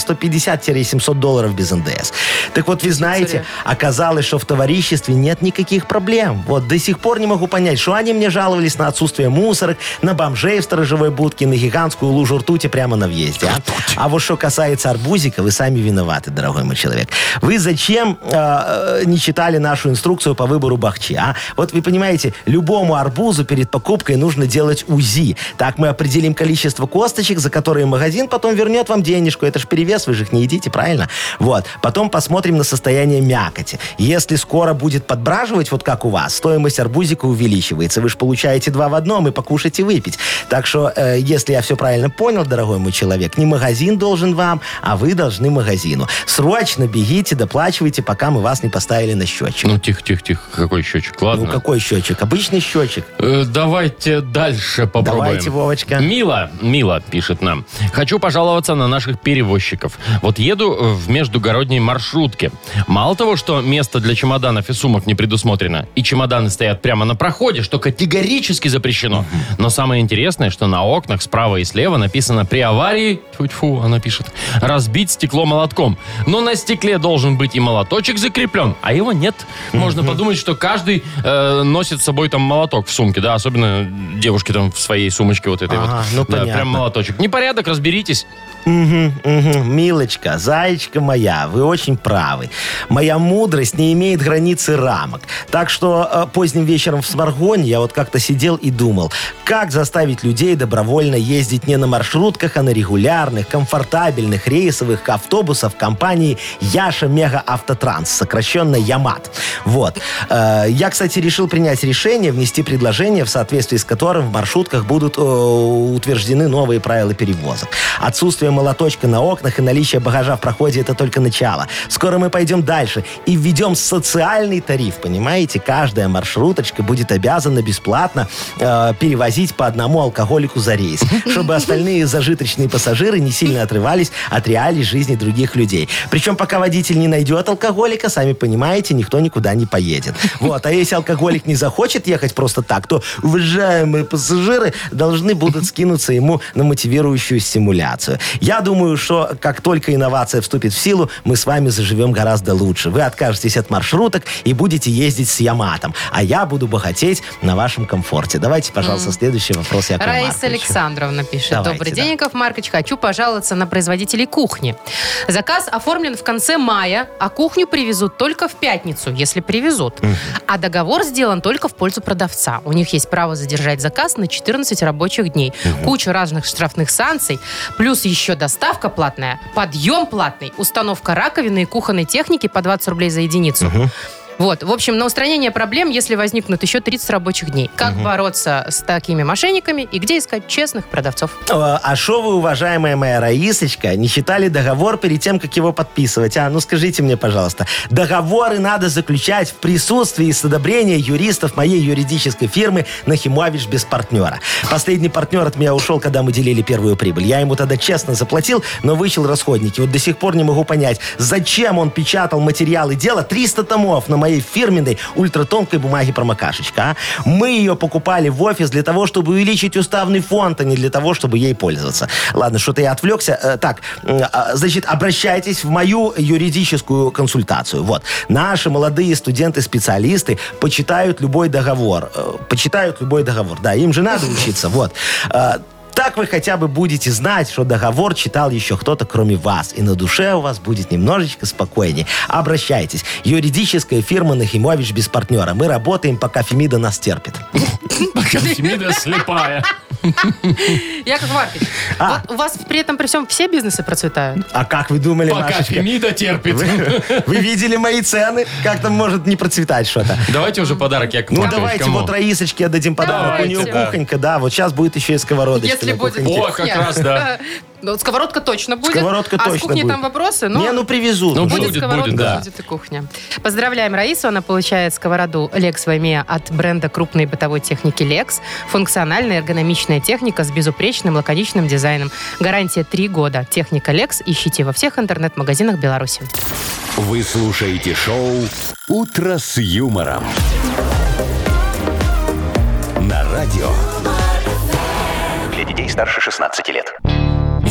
150-700 долларов без НДС. Так вот, вы знаете, оказалось, что в товариществе нет никаких проблем. Вот до сих пор не могу понять, что они мне жаловались на отсутствие мусорок, на бомжей в сторожевой будке, на гигантскую лужу ртути прямо на въезде. а? А, вот что касается арбузика, вы сами виноваты, дорогой мой человек. Вы зачем э, э, не читали нашу инструкцию по выбору бахчи, а? Вот вы понимаете, любому арбузу перед покупкой нужно делать УЗИ. Так мы определим количество косточек, за которые магазин потом вернет вам денежку. Это же перевес, вы же их не едите, правильно? Вот. Потом посмотрим на состояние мякоти. Если скоро будет подбраживать, вот как у вас, стоимость арбузика увеличивается. Вы же получаете два в одном и покушать и выпить. Так что, э, если я все правильно понял, дорогой мой человек, не магазин должен вам, а вы должны магазину. Срочно бегите, доплачивайте, пока мы вас не поставили на счетчик. Ну, тихо-тихо-тихо, какой счетчик, ладно. Ну, какой счетчик? Обычный счетчик. Э, Давайте дальше попробуем. Давайте, Вовочка. Мила, Мила пишет нам. Хочу пожаловаться на наших перевозчиков. Вот еду э, в междугородней маршрутке. Мало того, что место для чемоданов и сумок не предусмотрено, и чемоданы стоят прямо на проходе, что категорически запрещено. Но самое интересное, что на окнах справа и слева написано «При аварии...» тьфу-тьфу, она пишет. «Разбить стекло молотком». Но на на стекле должен быть и молоточек закреплен, а его нет. Можно подумать, что каждый э, носит с собой там молоток в сумке, да, особенно девушки там в своей сумочке вот этой Ага, вот. ну, Да, прям понятно. молоточек. Непорядок, разберитесь. Мгм, мгм. Милочка, зайчка моя, вы очень правы. Моя мудрость не имеет границы рамок. Так что э, поздним вечером в Сморгоне я вот как-то сидел и думал, как заставить людей добровольно ездить не на маршрутках, а на регулярных, комфортабельных рейсовых автобусов компании Яша Мега Автотранс, сокращенно Ямат. Вот. Э, Я, кстати, решил принять решение внести предложение, в соответствии с которым в маршрутках будут э, утверждены новые правила перевозок. Отсутствие молоточка на окнах и наличие багажа в проходе – это только начало. Скоро мы пойдем дальше и введем социальный тариф, понимаете? Каждая маршруточка будет обязана бесплатно э, перевозить по одному алкоголику за рейс, чтобы остальные зажиточные пассажиры не сильно отрывались от реалий жизни других людей. Причем пока водитель не найдет алкоголика, сами понимаете, никто никуда не поедет. Вот. А если алкоголик не захочет ехать просто так, то уважаемые пассажиры должны будут скинуться ему на мотивирующую стимуляцию. Я думаю, что как только инновация вступит в силу, мы с вами заживем гораздо лучше. Вы откажетесь от маршруток и будете ездить с Яматом. А я буду богатеть на вашем комфорте. Давайте, пожалуйста, следующий вопрос я Раиса Александровна пишет. Давайте, Добрый да. день, Яков Маркович. Хочу пожаловаться на производителей кухни. Заказ оформлен в конце мая, а кухню привезут только в пятницу, если привезут. А договор сделан только в пользу продавца. У них есть право задержать заказ на 14 рабочих дней. Куча разных штрафных санкций, плюс еще доставка платная, подъем платный, установка раковины и кухонной техники по 20 рублей за единицу. Вот, в общем, на устранение проблем, если возникнут еще 30 рабочих дней. Как бороться с такими мошенниками и где искать честных продавцов? Э, А что вы, уважаемая моя Раисочка, не читали договор перед тем, как его подписывать? А, ну скажите мне, пожалуйста, договоры надо заключать в присутствии и с одобрения юристов моей юридической фирмы Нахимович без партнера. Последний партнер от меня ушел, когда мы делили первую прибыль. Я ему тогда честно заплатил, но вычел расходники. Вот до сих пор не могу понять, зачем он печатал материалы дела 300 томов на моей фирменной ультратонкой бумаге промокашечка. А? Мы ее покупали в офис для того, чтобы увеличить уставный фонд, а не для того, чтобы ей пользоваться. Ладно, что-то я отвлекся. Э, Так, м, а, значит, обращайтесь в мою юридическую консультацию. Вот. Наши молодые студенты-специалисты почитают любой договор. Э, Почитают любой договор. Да, им же надо учиться. Вот. Э, Так вы хотя бы будете знать, что договор читал еще кто-то, кроме вас. И на душе у вас будет немножечко спокойнее. Обращайтесь. Юридическая фирма Нахимович без партнера. Мы работаем, пока Фемида нас терпит. [laughs] Фемида слепая. Яков Маркович, А. вот у вас при этом при всем все бизнесы процветают? А как вы думали, Пока Машечка? Фемида терпит. [laughs] Вы видели мои цены? Как там может не процветать что-то? Давайте уже подарок, Яков Ну, Маркович, давайте кому? вот Раисочке отдадим подарок. У Давайте, нее да. кухонька, да. Вот сейчас будет еще и сковородочка Если на будет кухоньке. О, как раз, да. [laughs] Ну, сковородка точно будет. Сковородка а точно с кухней будет. там вопросы? Ну, Не, ну привезут. Ну, уже. будет, будет, сковородка, будет, да. будет и кухня. Поздравляем Раису. Она получает сковороду Lex Vamea от бренда крупной бытовой техники Lex. Функциональная эргономичная техника с безупречным лаконичным дизайном. Гарантия 3 года. Техника Lex ищите во всех интернет-магазинах Беларуси. Вы слушаете шоу «Утро с юмором». На радио. Для детей старше 16 лет.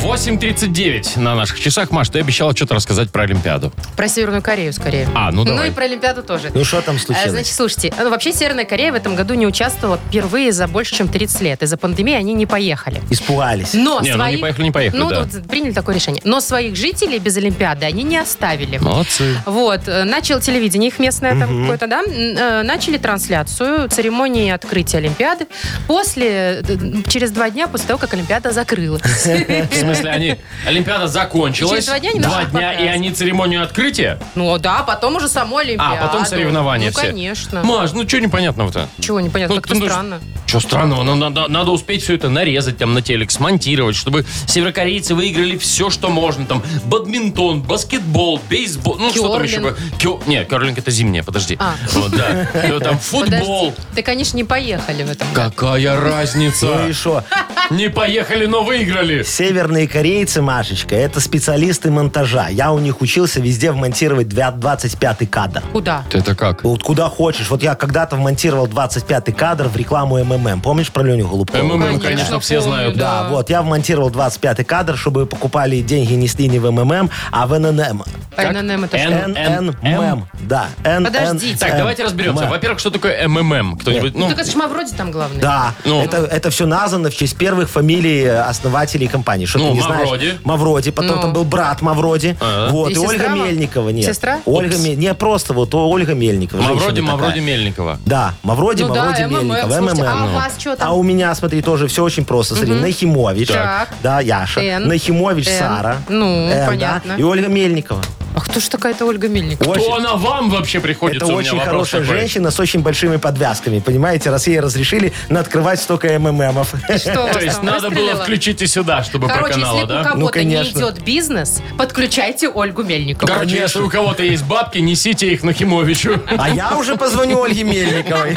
8.39 на наших часах. Маш, ты обещала что-то рассказать про Олимпиаду. Про Северную Корею скорее. А, ну Ну давай. и про Олимпиаду тоже. Ну, что там Э, случилось? Значит, слушайте, ну, вообще Северная Корея в этом году не участвовала впервые за больше, чем 30 лет. Из-за пандемии они не поехали. Испугались. Но Не, ну, своих- не поехали, не поехали, Ну, да. тут приняли такое решение. Но своих жителей без Олимпиады они не Ну, оставили. Молодцы. Вот, э, начал телевидение их местное там какое-то, да, м, э, начали трансляцию церемонии открытия Олимпиады после, э, через два дня после того, как [laughs] Олимпиада закрылась. В смысле, они... Олимпиада закончилась. Через два дня они Два начнут дня, и показывать. они церемонию открытия. Ну да, потом уже саму А, Олимпиаду. потом соревнования Ну, все. конечно. Маш, ну что непонятного-то? Чего непонятно, Ну, как-то ты думаешь, странно. Что странного? Ну, надо, надо успеть все это нарезать там на телек, смонтировать, чтобы северокорейцы выиграли все, что можно. Там бадминтон, баскетбол, бейсбол. Ну, что там еще? Кёрлинг. было? Кё... Не, керлинг это зимняя, подожди. А. Вот, да. Э, Там футбол. Подожди, Ты, конечно, не поехали в этом. Какая Ну разница? и что? Не поехали, но выиграли. Северные корейцы, Машечка, это специалисты монтажа. Я у них учился везде вмонтировать двя- 25 кадр. Куда? Это как? Вот куда хочешь. Вот я когда-то вмонтировал 25-й кадр в рекламу МММ. Помнишь про Леню Голубкову? МММ, конечно, Конечно, все помню, знают. да. Да, вот, я вмонтировал 25-й кадр, чтобы покупали деньги несли не в МММ, а в ННМ. Как? ННМ это что? Н- Н- М. ННМ. Да. Н- Подождите. Н- Так, М. давайте разберемся. М. Во-первых, что такое МММ? Кто-нибудь? Ну, Ну, так это ж Мавроди там главный. Да, Ну. это, это все названо в честь первых фамилий э, основателей компании. Что Ну, ты не знаешь? Мавроди. Мавроди, потом Ну. там был брат Мавроди. Ага. Вот, И и, сестра Ольга Мав- Мельникова, нет. Сестра? Ольга Упс. Ме- Не, просто вот о- Ольга Мельникова. Мавроди, женщина такая. Мавроди Мельникова. Да, Мавроди, Ну да, Мавроди, МММ, Мельникова, слушайте, а МММ. у вас чё там? А у меня, смотри, тоже все очень просто. Смотри, Нахимович, Так. да, Яша, Н. Нахимович, Н. Сара, Ну, да, понятно. и Ольга Мельникова. А кто ж такая-то Ольга Мельникова? Очень- Кто она вам вообще приходится? это у меня очень вопрос хорошая такой. женщина с очень большими подвязками, понимаете? Раз ей разрешили открывать столько [laughs] МММов. Что у вас То есть там, надо было расстрелила? включить и сюда, чтобы Короче, проканало, если у да? Ну, кого-то не конечно. идет бизнес, подключайте Ольгу Мельникову. Короче, если у кого-то есть бабки, несите их Нахимовичу. А я уже позвоню Ольге Мельниковой.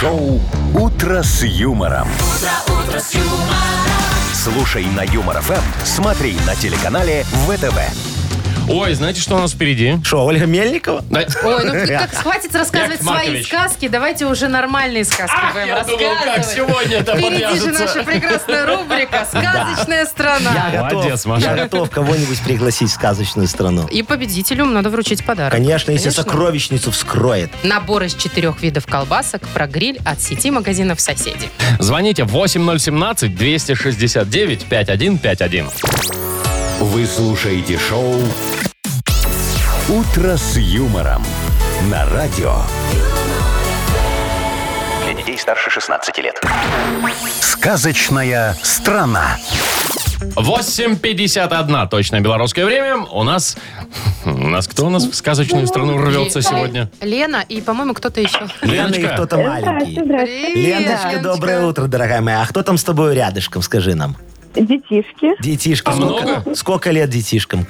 Шоу «Утро с юмором». Слушай на Юмор ФМ, смотри на телеканале ВТВ. [laughs] Ой, знаете, что у нас впереди? Что, Ольга Мельникова? Да- Ой, ну [laughs] как хватит рассказывать Яков свои Маркович. сказки, давайте уже нормальные сказки Ах, будем я думал, рассказывать. как сегодня это Впереди же подвяжется. наша прекрасная [laughs] рубрика «Сказочная страна». Я готов- Молодец, Маша. Я готов кого-нибудь пригласить в сказочную страну. И победителю надо вручить подарок. Конечно, если сокровищницу вскроет. Набор из четырех видов колбасок про гриль от сети магазинов «Соседи». Звоните 8017-269-5151. Вы слушаете шоу «Утро с юмором» на радио. Для детей старше 16 лет. Сказочная страна. 8.51 точное белорусское время. У нас... [laughs] У нас кто у нас в сказочную страну рвется сегодня? Лена и, по-моему, кто-то еще. Лена и Леночка. кто-то маленький. Леночка, доброе утро, дорогая моя. А кто там с тобой рядышком, скажи нам? Детишки Детишка. А сколько- много? Сколько лет детишкам?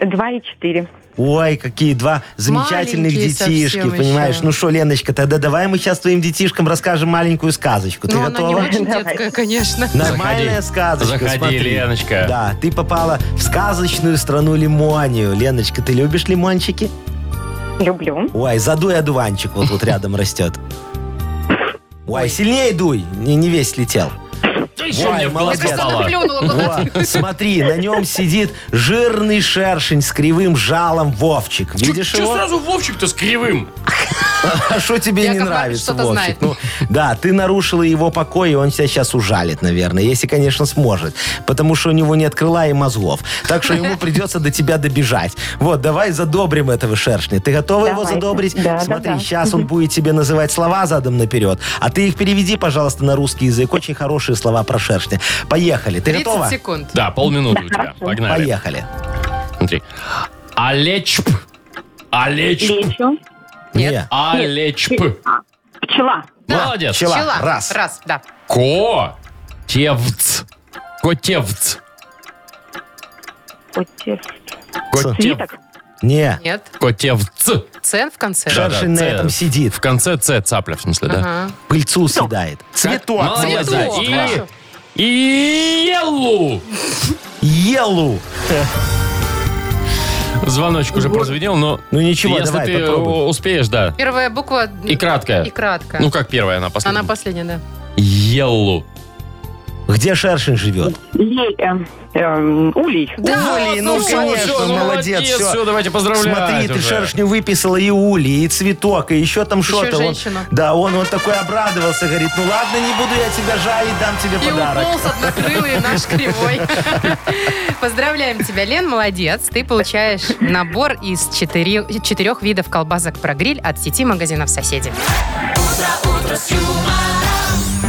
2 и 4. Ой, какие два замечательных Маленькие детишки, совсем понимаешь? еще. Ну что, Леночка, тогда давай мы сейчас твоим детишкам расскажем маленькую сказочку. Ты Ну, она не готова? очень Давай. детская, конечно. Нормальная сказочка. Заходи, смотри. Леночка. Да, ты попала в сказочную страну лимонию. Леночка, ты любишь лимончики? Люблю. Ой, задуй одуванчик, вот тут рядом растет. Ой, сильнее дуй, не, не весь летел. Да еще Ой, мне в глаз молодец. Мне кажется, она попало. плюнула куда-то. Во, смотри, на нем сидит жирный шершень с кривым жалом Вовчик. Видишь Чё его? сразу Вовчик-то с кривым? [laughs] А что тебе Яков не Маркович нравится, что-то знает. Вовчик? Ну, да, ты нарушила его покой, и он тебя сейчас ужалит, наверное, если, конечно, сможет. Потому что у него нет крыла и мозгов. Так что ему придется до тебя добежать. Вот, давай задобрим этого шершня. Ты готова его Давайте. задобрить? Да, да, Смотри, да. сейчас он будет тебе называть слова задом наперед. А ты их переведи, пожалуйста, на русский язык. Очень хорошие слова про шершня. Поехали. Ты 30 готова? секунд. Да, полминуты у тебя. Погнали. Поехали. Смотри. Алечп. Алечп. Лечу. Нет. Не. Алечп. А, Пчела. Молодец. Пчела. Раз. Раз, да. Котевц. Котевц. Вот те- Котев- Свиток. Не. Нет. Котевц. Ц в конце. Да. Шершень на Ц. этом сидит. В конце Ц цапля, в смысле, да? Ага. Пыльцу съедает. Цветок. Молодец. Цветок, хорошо. И... и Елу. Елу. Звоночек уже прозвенел, но... Ну ничего, если давай, ты попробуй. э, успеешь, да. Первая буква И краткая. и краткая. Ну как первая, она последняя. Она последняя, да. Елу. Где шершень живет? Лей- эм, эм, улей. Ули, ну, вот, конечно. молодец, Все, всё. давайте поздравлять Смотри, ты уже. шершню выписала и ули, и цветок, и еще там что-то. Он- женщину. да, он вот такой обрадовался, говорит, ну ладно, не буду я тебя жалить, дам тебе И подарок. уполз однокрылый наш [laughs] кривой. Поздравляем тебя, Лен, молодец. Ты получаешь набор из четыре- четырех видов колбасок про гриль от сети магазинов «Соседи».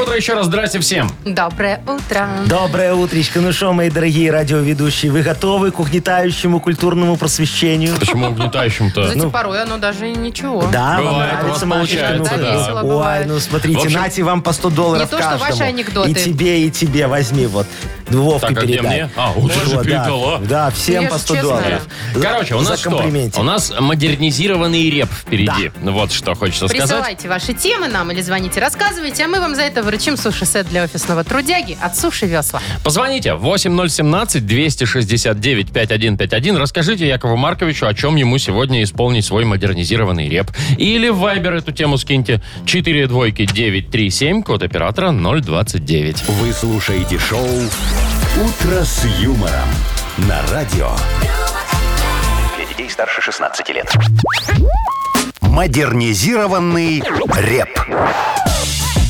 утро еще раз, здрасте всем. Доброе утро. Доброе утречко. Ну что, мои дорогие радиоведущие, вы готовы к угнетающему культурному просвещению? Почему угнетающим-то? Кстати, порой оно даже и ничего. Да, вам Бывает, нравится, у вас Машечка? получается, Ну, да. Весело Ой, бывает. ну В смотрите, общем, нате вам по 100 долларов не то, что ваши каждому. анекдоты. И тебе, и тебе, возьми вот. Вовке Так, а где передай. мне? А, вот ты же да. передала. Да, всем Ну, Я по же 100 честная. долларов. За- Короче, у за нас что? комплиментик. У нас модернизированный реп впереди. Ну Вот что хочется сказать. Присылайте ваши темы нам или звоните, рассказывайте, а мы вам за это вручим суши-сет для офисного трудяги от Суши Весла. Позвоните 8017-269-5151. Расскажите Якову Марковичу, о чем ему сегодня исполнить свой модернизированный реп. Или в Viber эту тему скиньте. 4 двойки 937, код оператора 029. Вы слушаете шоу «Утро с юмором» на радио. Для детей старше 16 лет. Модернизированный реп.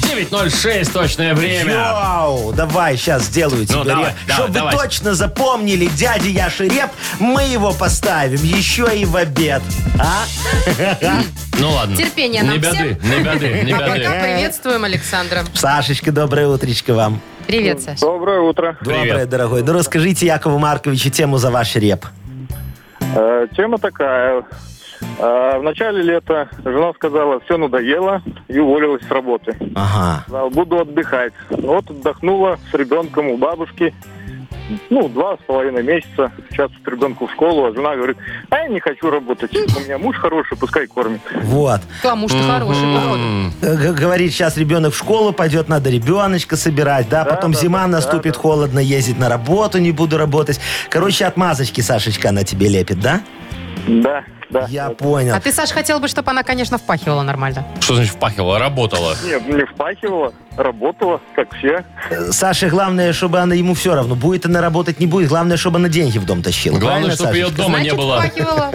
9.06 точное время. Ну, Йоу, давай, сейчас сделаю тебе давай, реп. давай, Чтобы давай. вы точно запомнили дядя Яши реп, мы его поставим еще и в обед. А? Ну ладно. Терпение не нам беды, не беды, не А пока [laughs] беды. приветствуем Александра. Сашечка, доброе утречко вам. Привет, Саш. Доброе утро. Доброе, Привет. дорогой. Ну расскажите Якову Марковичу тему за ваш реп. Э, тема такая. Э, в начале лета жена сказала, все надоело и уволилась с работы. Ага. Сказала, Буду отдыхать. Вот отдохнула с ребенком у бабушки. Ну, два с половиной месяца. Сейчас с ребенку в школу, а жена говорит, а я не хочу работать. У меня муж хороший, пускай кормит. Вот. Кому что хороший порода. Э, г- Говорит, сейчас ребенок в школу пойдет, надо ребеночка собирать, да, Да, потом да, зима да, наступит, да, да. холодно, ездить на работу не буду работать. Короче, отмазочки Сашечка она тебе лепит, да? Да, да. Я понял. А ты, Саш, хотел бы, чтобы она, конечно, впахивала нормально. Что значит впахивала? Работала. Не, не впахивала, работала, как все. Э, Саше главное, чтобы она ему все равно, будет она работать, не будет, главное, чтобы она деньги в дом тащила. Главное, Правильно, чтобы ее Сашечка? дома не Значит, было. впахивала.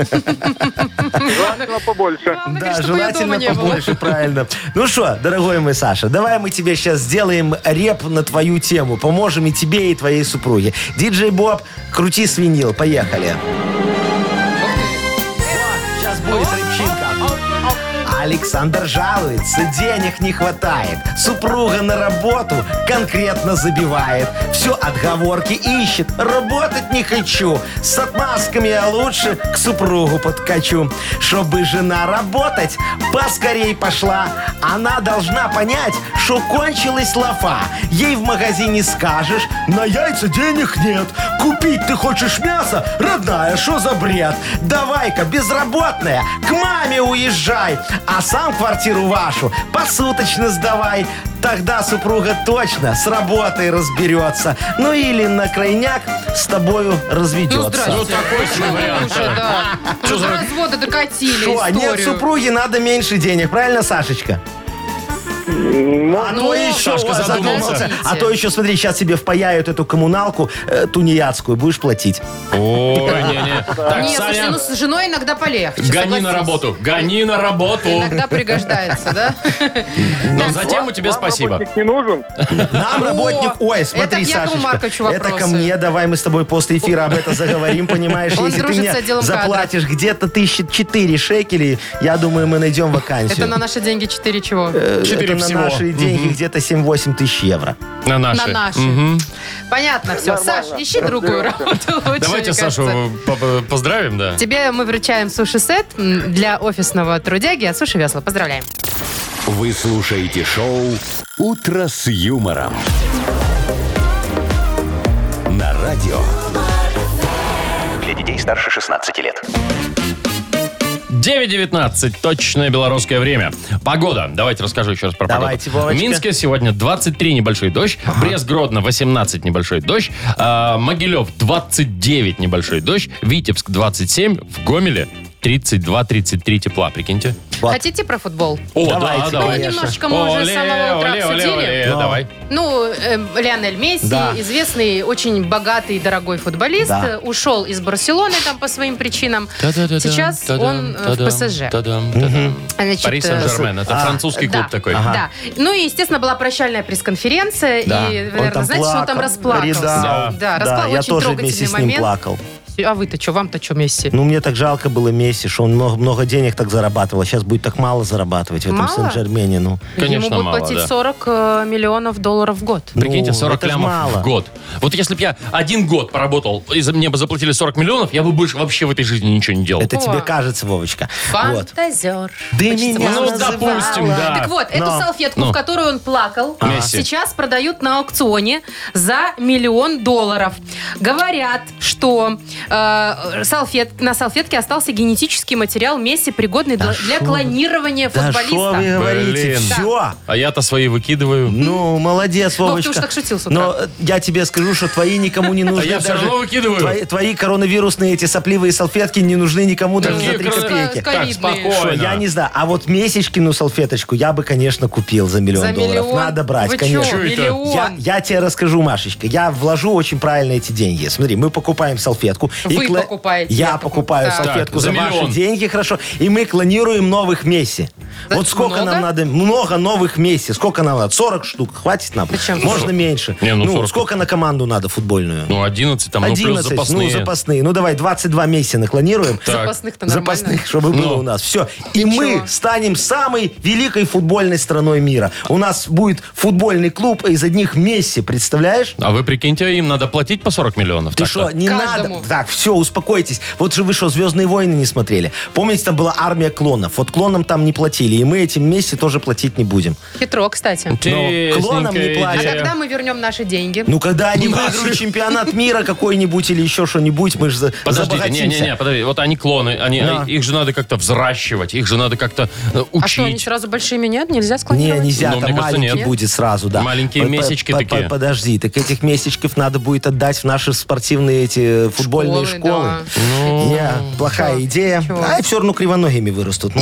Желательно побольше. Главное, Да, чтобы её дома желательно не было. побольше, правильно. Ну что, дорогой мой Саша, давай мы тебе сейчас сделаем реп на твою тему. Поможем и тебе, и твоей супруге. Диджей Боб, крути свинил, поехали. Сейчас будет рыбчинка. Александр жалуется, денег не хватает. Супруга на работу конкретно забивает. Все отговорки ищет, работать не хочу. С отмазками я лучше к супругу подкачу. Чтобы жена работать поскорей пошла. Она должна понять, что кончилась лафа. Ей в магазине скажешь, на яйца денег нет. Купить ты хочешь мясо? Родная, что за бред? Давай-ка, безработная, к маме уезжай, а сам квартиру вашу посуточно сдавай. Тогда супруга точно с работой разберется. Ну или на крайняк с тобою Ну, разведется. здрасте. Ну, такой себе вариант. Уже, да. Что Ну, за- до развода докатили Шо, а нет историю. супруги, надо меньше денег, правильно, Сашечка? А Можно. то еще, Ну, Сашка о, задумался. А то еще, смотри, сейчас тебе впаяют эту коммуналку э, тунеядскую, будешь платить. Ой, не-не. Так, Нет, слушайте, Саня, ну с женой иногда полегче. гони на согласись. работу, гони на [laughs] работу. Иногда пригождается, да? Но затем у тебя Вам спасибо. работник не нужен? Нам О, работник... Ой, смотри, это к Якову Марковичу Сашечка, это ко вопросы. мне, давай мы с тобой после эфира об этом заговорим, понимаешь? Он Если ты дружит мне с отделом заплатишь где-то тысячи четыре шекелей, я думаю, мы найдем Это на вакансию. наши деньги 4 чего? Э, четыре это на всего. наши деньги где-то 7-8 тысяч евро. На На наши. Понятно, все. Саш, ищи другую работу лучше, Давайте мне Сашу кажется. по- по- поздравим, да. Тебе мы вручаем суши-сет м, для офисного трудяги от Суши Весла. Поздравляем. Вы слушаете шоу «Утро с юмором». На радио. Для детей старше 16 лет. 9.19, точное белорусское время. Погода. Давайте расскажу еще раз про Давайте, погоду. Вовочка. В Минске сегодня 23 небольшой дождь, Брест-Гродно 18 небольшой дождь, а, Могилев 29 небольшой дождь, Витебск 27, в Гомеле 32-33 тепла, прикиньте. Вот. Хотите про футбол? О, Давайте, да, давай. конечно. Ну, немножечко мы уже с самого утра обсудили. Да. давай. Ну, эм, Лионель Месси, Да. известный, очень богатый и дорогой футболист, Да. э, ушел из Барселоны там по своим причинам. Сейчас он э, в ПСЖ. Значит, Пари Сен-Жермен. Это а, французский клуб да, такой. Да. Ну и, естественно, была прощальная пресс-конференция. Да. И, Он наверное, там знаете, что он там плакал, расплакался. рыдал. Да. расплакал. я Очень тоже трогательный вместе с ним момент. плакал. Месси. А вы-то что, вам-то что Месси? Ну, мне так жалко было Месси, что он много, много денег так зарабатывал. Сейчас будет так мало зарабатывать в этом Мало? Сен-Жермене. Ну, Конечно, Ему будут мало, платить да. 40 э, миллионов долларов в год. Прикиньте, Ну, 40 это ж лямов в мало. год. Вот если бы я один год поработал, и за мне бы заплатили 40 миллионов, я бы больше вообще в этой жизни ничего не делал. это О. тебе кажется, Вовочка. Вот. Фантазер. Хочется Да меня вас Ну, называть. допустим, да. Так вот, эту Но. А. салфетку, Ну. в которую он плакал, Ага. Месси. сейчас продают на аукционе за миллион долларов. Говорят, что э, салфет, на салфетке остался генетический материал Месси, пригодный для, для клонирования Да что футболиста. вы говорите? Блин. Все. А я-то свои выкидываю. Ну, молодец, Ну, Вовочка. ты уж так шутил с утра. Но э, я тебе скажу, что [laughs] твои никому не нужны. А я всё даже- равно выкидываю. Твои, твои коронавирусные эти сопливые салфетки не нужны никому даже Какие за три корона- копейки. Так, Ковидные. Что, спокойно. я не знаю. А вот Месечкину салфеточку я бы, конечно, купил за миллион За долларов. миллион? Надо брать, Вы чё, конечно. Чё это? миллион? Я, я тебе расскажу, Машечка. Я вложу очень правильно эти деньги. Смотри, мы покупаем салфетку. Вы кла- покупаете, я Я покуп- покупаю Так. салфетку Так, за за, ваши миллион. деньги, хорошо. И мы клонируем новых Месси. Да, Вот сколько много? нам надо? Много новых Месси. Сколько нам надо? 40 штук. Хватит нам? Зачем? Можно меньше. Не, ну, ну, 40. сколько на команду надо футбольную? Ну, 11 там, ну, плюс 11, запасные. ну, запасные. Ну, давай, 22 Месси наклонируем. Запасных-то нормально. Запасных, чтобы было Ну. у нас. Все. И, мы чё? станем самой великой футбольной страной мира. У нас будет футбольный клуб из одних Месси, представляешь? А вы прикиньте, им надо платить по 40 миллионов. Ты так-то. что, не Каждому. надо? Так, все, успокойтесь. Вот же вы что, «Звездные войны» не смотрели? Помните, там была армия клонов. Вот клонам там не платили, и мы этим Месси тоже платить не будем. Хитро, кстати. Интересненькая клонам не идея. А платят. когда мы вернем наши деньги? Ну, когда они Наши. [laughs] выиграют чемпионат мира какой-нибудь или еще что-нибудь, мы же Подождите, не-не-не, подожди. Вот они клоны, они, э, Да. их же надо как-то взращивать, их же надо как-то э, учить. а что, они сразу большими нет? Нельзя Не, склонировать? нельзя, Ну, там мне кажется, маленький нет. будет сразу, да. Маленькие По- по- месячки по- такие. по- Подожди, так этих месячков надо будет отдать в наши спортивные эти э, футбольные Школы, школы. да. Ну, Не, плохая Чё? идея. Чё? А все равно кривоногими вырастут. Ну,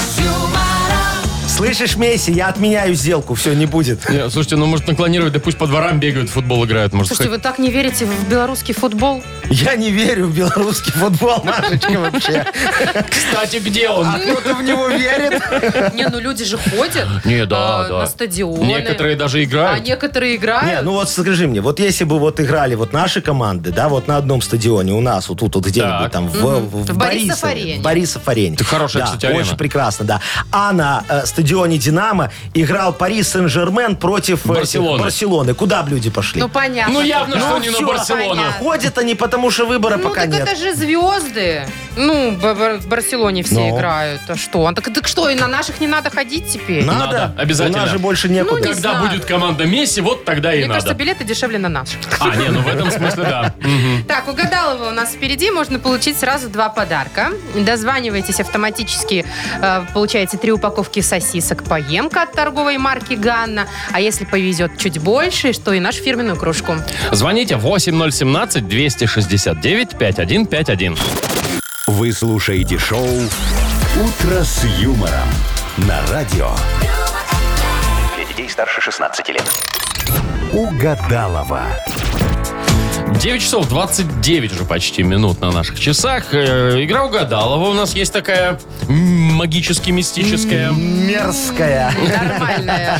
слышишь, Месси, я отменяю сделку, все, не будет. Не, слушайте, ну может наклонировать, да пусть по дворам бегают, в футбол играют. Может, Слушайте, вы так не верите в белорусский футбол? Я не верю в белорусский футбол, Машечка, вообще. Кстати, где он? А, Кто-то в него верит. Не, ну люди же ходят [gasps] Не, да, э, да. на стадионы. Некоторые даже А играют. некоторые Не, играют. ну вот скажи мне, вот если бы вот играли вот наши команды, да, вот на одном стадионе у нас, вот тут вот Так. где-нибудь там, в, в, В Борисов-арене. Борисове, в Борисов-арене. Это хорошая, да, кстати, арена. очень прекрасно, да. А на э, стадионе «Динамо» играл Парис Сен-Жермен против э, Барселоны. этих- Барселоны. Куда бы люди пошли? Ну, понятно. Ну явно, что не на всё, Барселону. понятно. Ходят они, потому что выбора Ну, пока так нет. это же звезды. Ну, б- б- в Барселоне все Ну. играют. А что? А Так, так что, и на наших не надо ходить теперь? Надо? Надо, обязательно. У нас же больше некуда. Ну, не Когда знаю. будет команда Месси, вот тогда и Мне надо. кажется, билеты дешевле на наших. А, не, ну в этом смысле [laughs] да. Мгм. Так, угадалово у нас впереди. Можно получить сразу два подарка. Дозваниваетесь автоматически. э, Получаете три упаковки сосисок поемка от торговой марки «Ганна». А если повезет чуть больше, что и нашу фирменную кружку. Звоните 8017-269-5151. Вы слушаете шоу «Утро с юмором» на радио Для детей старше 16 лет. «Угадалова». 9 часов 29 уже почти минут на наших часах. Э, Игра угадалова у нас есть такая м, магически-мистическая. [laughs] Мерзкая. Нормальная.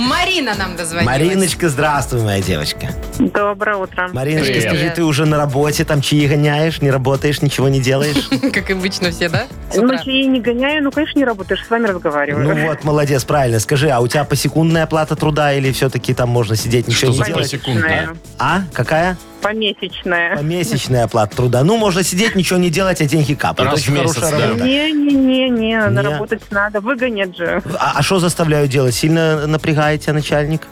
Марина нам дозвонилась. Мариночка, здравствуй, моя девочка. Доброе утро. Мариночка, Привет. скажи, ты уже на работе, там чаи гоняешь, не работаешь, ничего не делаешь? [laughs] Как обычно все, да? С Ну, утра. чаи не гоняю, ну, конечно, не работаешь, с вами разговариваю. Ну вот, молодец, правильно. Скажи, а у тебя посекундная оплата труда или все-таки там можно сидеть, Что ничего за не делать? посекундная? Помесячная. А? Какая? Помесячная. Месячная оплата труда. Ну, можно сидеть, ничего не делать, а деньги капают. Раз в Очень месяц, хорошая да. работа. Не-не-не-не, Не. наработать надо, выгонят же. А а что заставляю делать? Сильно напрягает тебя начальник?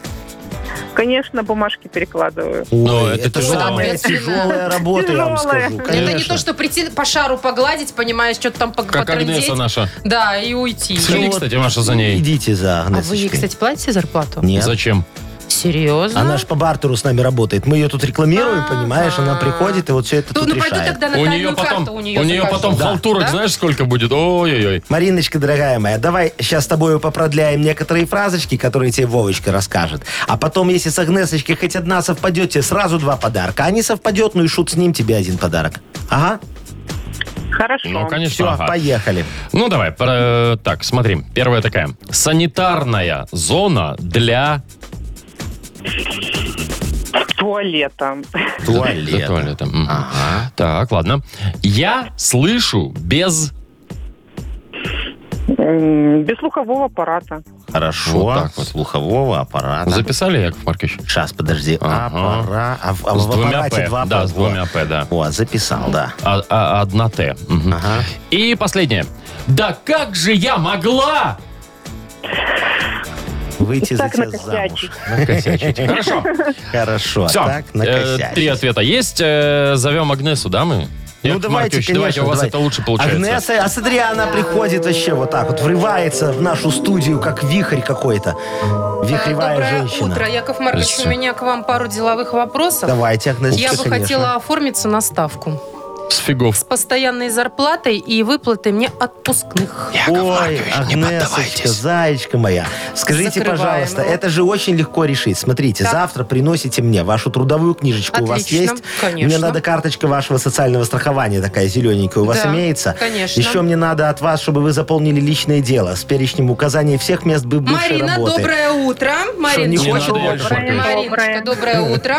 Конечно, бумажки перекладываю. Ну, Ой, это это тяжело. самая Ответственно. тяжелая работа, я вам Тяжелая. скажу. Это Это не конечно. то, что прийти по шару погладить, понимаешь, что-то там пог- Как потрындеть. Агнеса наша. Да, и уйти. Сходи, кстати, Маша, за ней. Ну Идите за А вы ей, Агнесочкой. кстати, платите зарплату? Нет. Зачем? Серьезно? Она же по бартеру с нами работает. Мы ее тут рекламируем, Ага. понимаешь? Она приходит и вот все это Ну, тут ну пойду решает. тогда на У нее тайную потом, карту у у нее нее закажу. потом Да. халтурок, Да? знаешь, сколько будет? Ой-ой-ой. Мариночка, дорогая моя, давай сейчас с тобой попродляем некоторые фразочки, которые тебе Вовочка расскажет. А потом, если с Агнесочкой хоть одна совпадет, тебе сразу два подарка. А не совпадет, ну и шут с ним, тебе один подарок. Ага. Хорошо. Ну, конечно. Все, ага. поехали. Ну, давай. про- Так, смотри. Первая такая. Санитарная зона для... Туалета. Для Туалет. туалета. Мгм. Так, ладно. Я слышу без... М, Без слухового аппарата. Хорошо. Вот так вот. Слухового аппарата. Записали, Яков Маркович? Сейчас, подожди. Ага. Аппара- А, в- а С в двумя аппарате «П». два Да, «П». с двумя «П», да. Вот, записал, да. А- а- одна Т. Мгм. Ага. И последнее. Да как же я могла? Выйти за Так тебя замуж. накосячить. Накосячить. Хорошо. Хорошо. Все. Так, накосячить. Э, три ответа есть. Э, зовем Агнесу, да, мы? Ну, Яков давайте, Маркович, конечно, давайте, у вас давайте. это лучше получается. Агнеса, а смотри, она приходит вообще вот так вот, врывается в нашу студию, как вихрь какой-то. Вихревая Доброе женщина. утро, Яков Маркович. У Здравствуйте. меня к вам пару деловых вопросов. Давайте, Агнесочка, Я бы конечно. хотела оформиться на ставку С фигов. с постоянной зарплатой и выплатой мне отпускных. Ой, Агнесочка, зайчка моя, скажите, Закрываем пожалуйста, его. это же очень легко решить. Смотрите, Так. завтра приносите мне вашу трудовую книжечку. У вас Отлично, есть? конечно. Мне надо карточка вашего социального страхования такая зелененькая. У вас Да, имеется? конечно. Еще мне надо от вас, чтобы вы заполнили личное дело с перечнем указаний всех мест бы- бывшей Марина, работы. доброе утро. не Мариночка, хочет Доброе, больше? Маркович. Мариночка, доброе утро.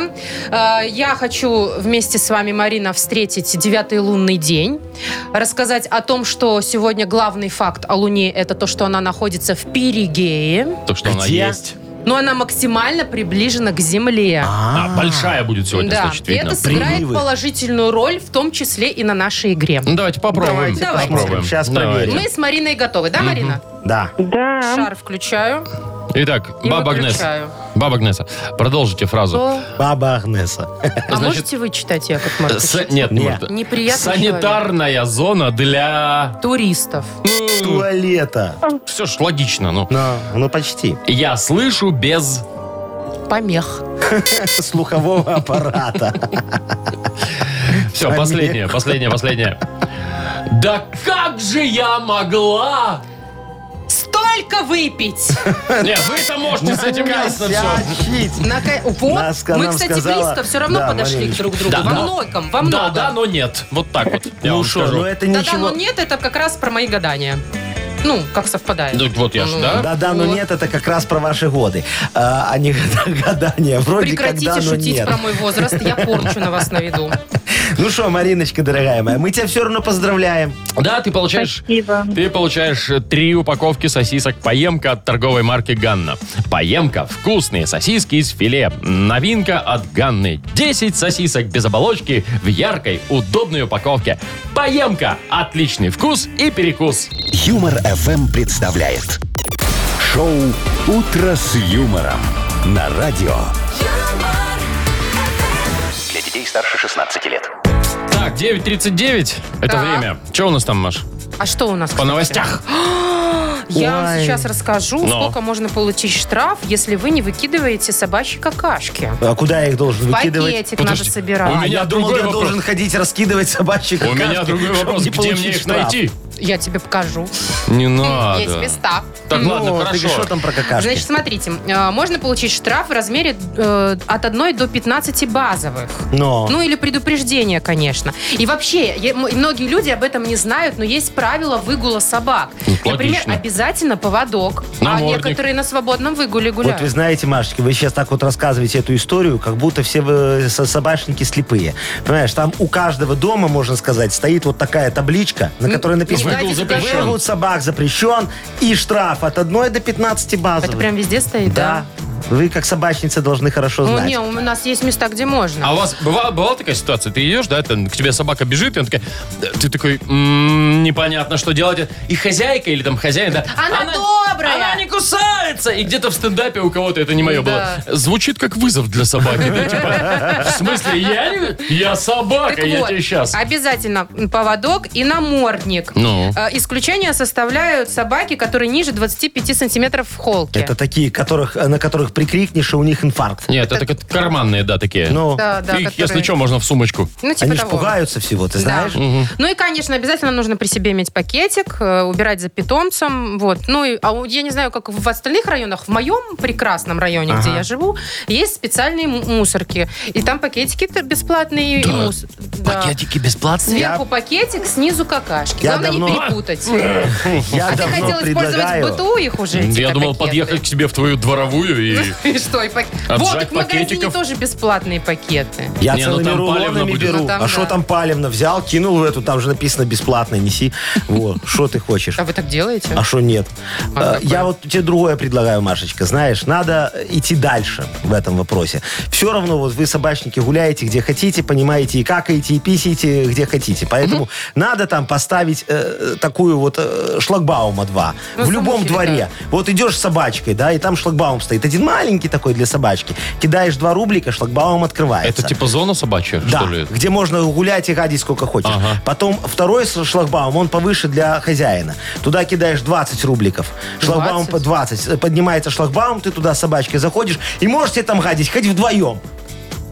Э, Я хочу вместе с вами, Марина, встретить девятый лунный день, рассказать о том, что сегодня главный факт о Луне – это то, что она находится в Перигее, То, что она Где? есть. но она максимально приближена к Земле. А, большая будет сегодня, да, значит, и видно. это сыграет Приливы. положительную роль, в том числе и на нашей игре. Ну, давайте попробуем. Давайте, давайте. попробуем. Сейчас Давайте. проверим. Мы с Мариной готовы, да, Марина? Да. Да. Шар включаю Итак, и баба Агнеса. выключаю. Баба Агнеса, продолжите фразу. То- Баба Агнеса. А Значит, можете вы читать, Яков Маркович? Э, С- Нет, не Нет. может. Неприятный Санитарная зона для... Туристов. Туалета. Все ж логично, ну. Ну, ну почти. [laughs] Я слышу без... Помех. Слухового аппарата. Все, последнее, последнее, последнее. Да как же я могла? Столько выпить! Не, вы-то можете с этим ясно все. Косячить. [laughs] Нака- Вот. Нас, Мы, нам кстати, сказала- близко все равно Да, подошли Мариночка. друг к другу. Да, во да. многом, во Да, многом. да, но нет. Вот так вот. Я Ну вам что, скажу. ну это Да-да, но ничего. нет, это как раз про мои гадания. Ну, как совпадает. Ну, Да Вот я же, да? Да-да, но Вот. нет, это как раз про ваши годы, а а не [laughs] гадания. Вроде как Прекратите да, но шутить нет. про мой возраст, я порчу на вас наведу. Ну что, Мариночка, дорогая моя, мы тебя все равно поздравляем. ну, Да, ты получаешь... Спасибо. Ты получаешь э, три упаковки сосисок «Поемка» от торговой марки «Ганна». «Поемка» – вкусные сосиски из филе. Новинка от «Ганны». 10 сосисок без оболочки в яркой, удобной упаковке. «Поемка» – отличный вкус и перекус. Юмор FM представляет шоу Утро с юмором на радио. Для детей старше 16 лет. Так, 9.39 – это Так. время. Что у нас там, Маш? А что у нас? По кстати? новостях. Я вам Ой. сейчас расскажу, Но. сколько можно получить штраф, если вы не выкидываете собачьи какашки. А куда я их должен выкидывать? Пакетик Подожди, надо собирать. у меня- А, я думал, другой я вопрос. должен ходить раскидывать собачьи У меня какашки, другой [laughs] чтобы вопрос. не Где мне получить их штраф. найти? Я тебе покажу. Не надо. Есть места. Так, Ну, ладно, ты что хорошо. там про какашки? Значит, смотрите, э, можно получить штраф в размере э, от 1 до 15 базовых. Но. Ну или предупреждение, конечно. И вообще, я- м- многие люди об этом не знают, но есть правило выгула собак. Ну, Например, логично. обязательно поводок, Намордник. а некоторые на свободном выгуле Вот гуляют. вы знаете, Машечка, вы сейчас так вот рассказываете эту историю, как будто все вы со- собачники слепые. Понимаешь, там у каждого дома, можно сказать, стоит вот такая табличка, на которой написано Выгул Давайте запрещен. скажем, «Выгул собак запрещен и штраф от 1 до 15 базовых». Это прям везде стоит, Да. да? Вы как собачница должны хорошо Ну, знать. не, у нас есть места, где можно. А у вас бывала, бывала такая ситуация? Ты идешь, да, там, к тебе собака бежит, и она такая, э, ты такой, «М, непонятно, что делать. И хозяйка или там хозяин, да. Она добрая!» Она не кусается! И где-то в стендапе у кого-то это не мое Да. было. Звучит как вызов для собаки. да, типа, в смысле, я, не- я собака, Так а я вот, А тебе сейчас. Обязательно поводок и намордник. Ну. Э, Исключение составляют собаки, которые ниже 25 сантиметров в холке. Это такие, которых, на которых которых прикрикнешь, и у них инфаркт. Нет, это, как карманные, да, такие. Ну, Да, да, Их, если которые- что, можно в сумочку. Ну, типа они ж того. пугаются всего, ты Да. знаешь? Ну и, конечно, обязательно нужно при себе иметь пакетик, э, убирать за питомцем, вот. Ну и, а у- я не знаю, как в остальных районах, в моем прекрасном районе, где я живу, есть специальные м- мусорки, и там пакетики т- бесплатные. и мус- да. бесплатные? Сверху пакетик, снизу какашки. Я Главное не давно- [laughs] перепутать. Я А ты давно хотел использовать предлагаю. в БТУ их уже? эти Я думал пакеты. подъехать к тебе в твою дворовую [laughs] и... И что, и пак- Отжать Вот, так в магазине пакетиков. тоже бесплатные пакеты. Я Не, ну целыми там палевно рулонами будет. беру. Ну, там а что да. там палевно? Взял, кинул в эту, там же написано бесплатно, неси. [laughs] Вот, что ты хочешь? А вы так делаете? А что нет? А Э, Я вот тебе другое предлагаю, Машечка. Знаешь, надо идти дальше в этом вопросе. Все равно вот вы, собачники, гуляете где хотите, понимаете, и какаете, и писите где хотите. Поэтому надо там поставить э, такую вот э, шлагбаума 2 Ну, в любом замухили, дворе. Вот идешь с собачкой, да, и там шлагбаум стоит. Один маленький такой для собачки. Кидаешь два рублика, шлагбаум открывается. Это типа зона собачья, Да, что ли? где можно гулять и гадить сколько хочешь. Ага. Потом второй с- шлагбаум, он повыше для хозяина. Туда кидаешь 20 рубликов. Шлагбаум 20? по 20. Поднимается шлагбаум, ты туда с собачкой заходишь и можете там гадить, хоть вдвоем.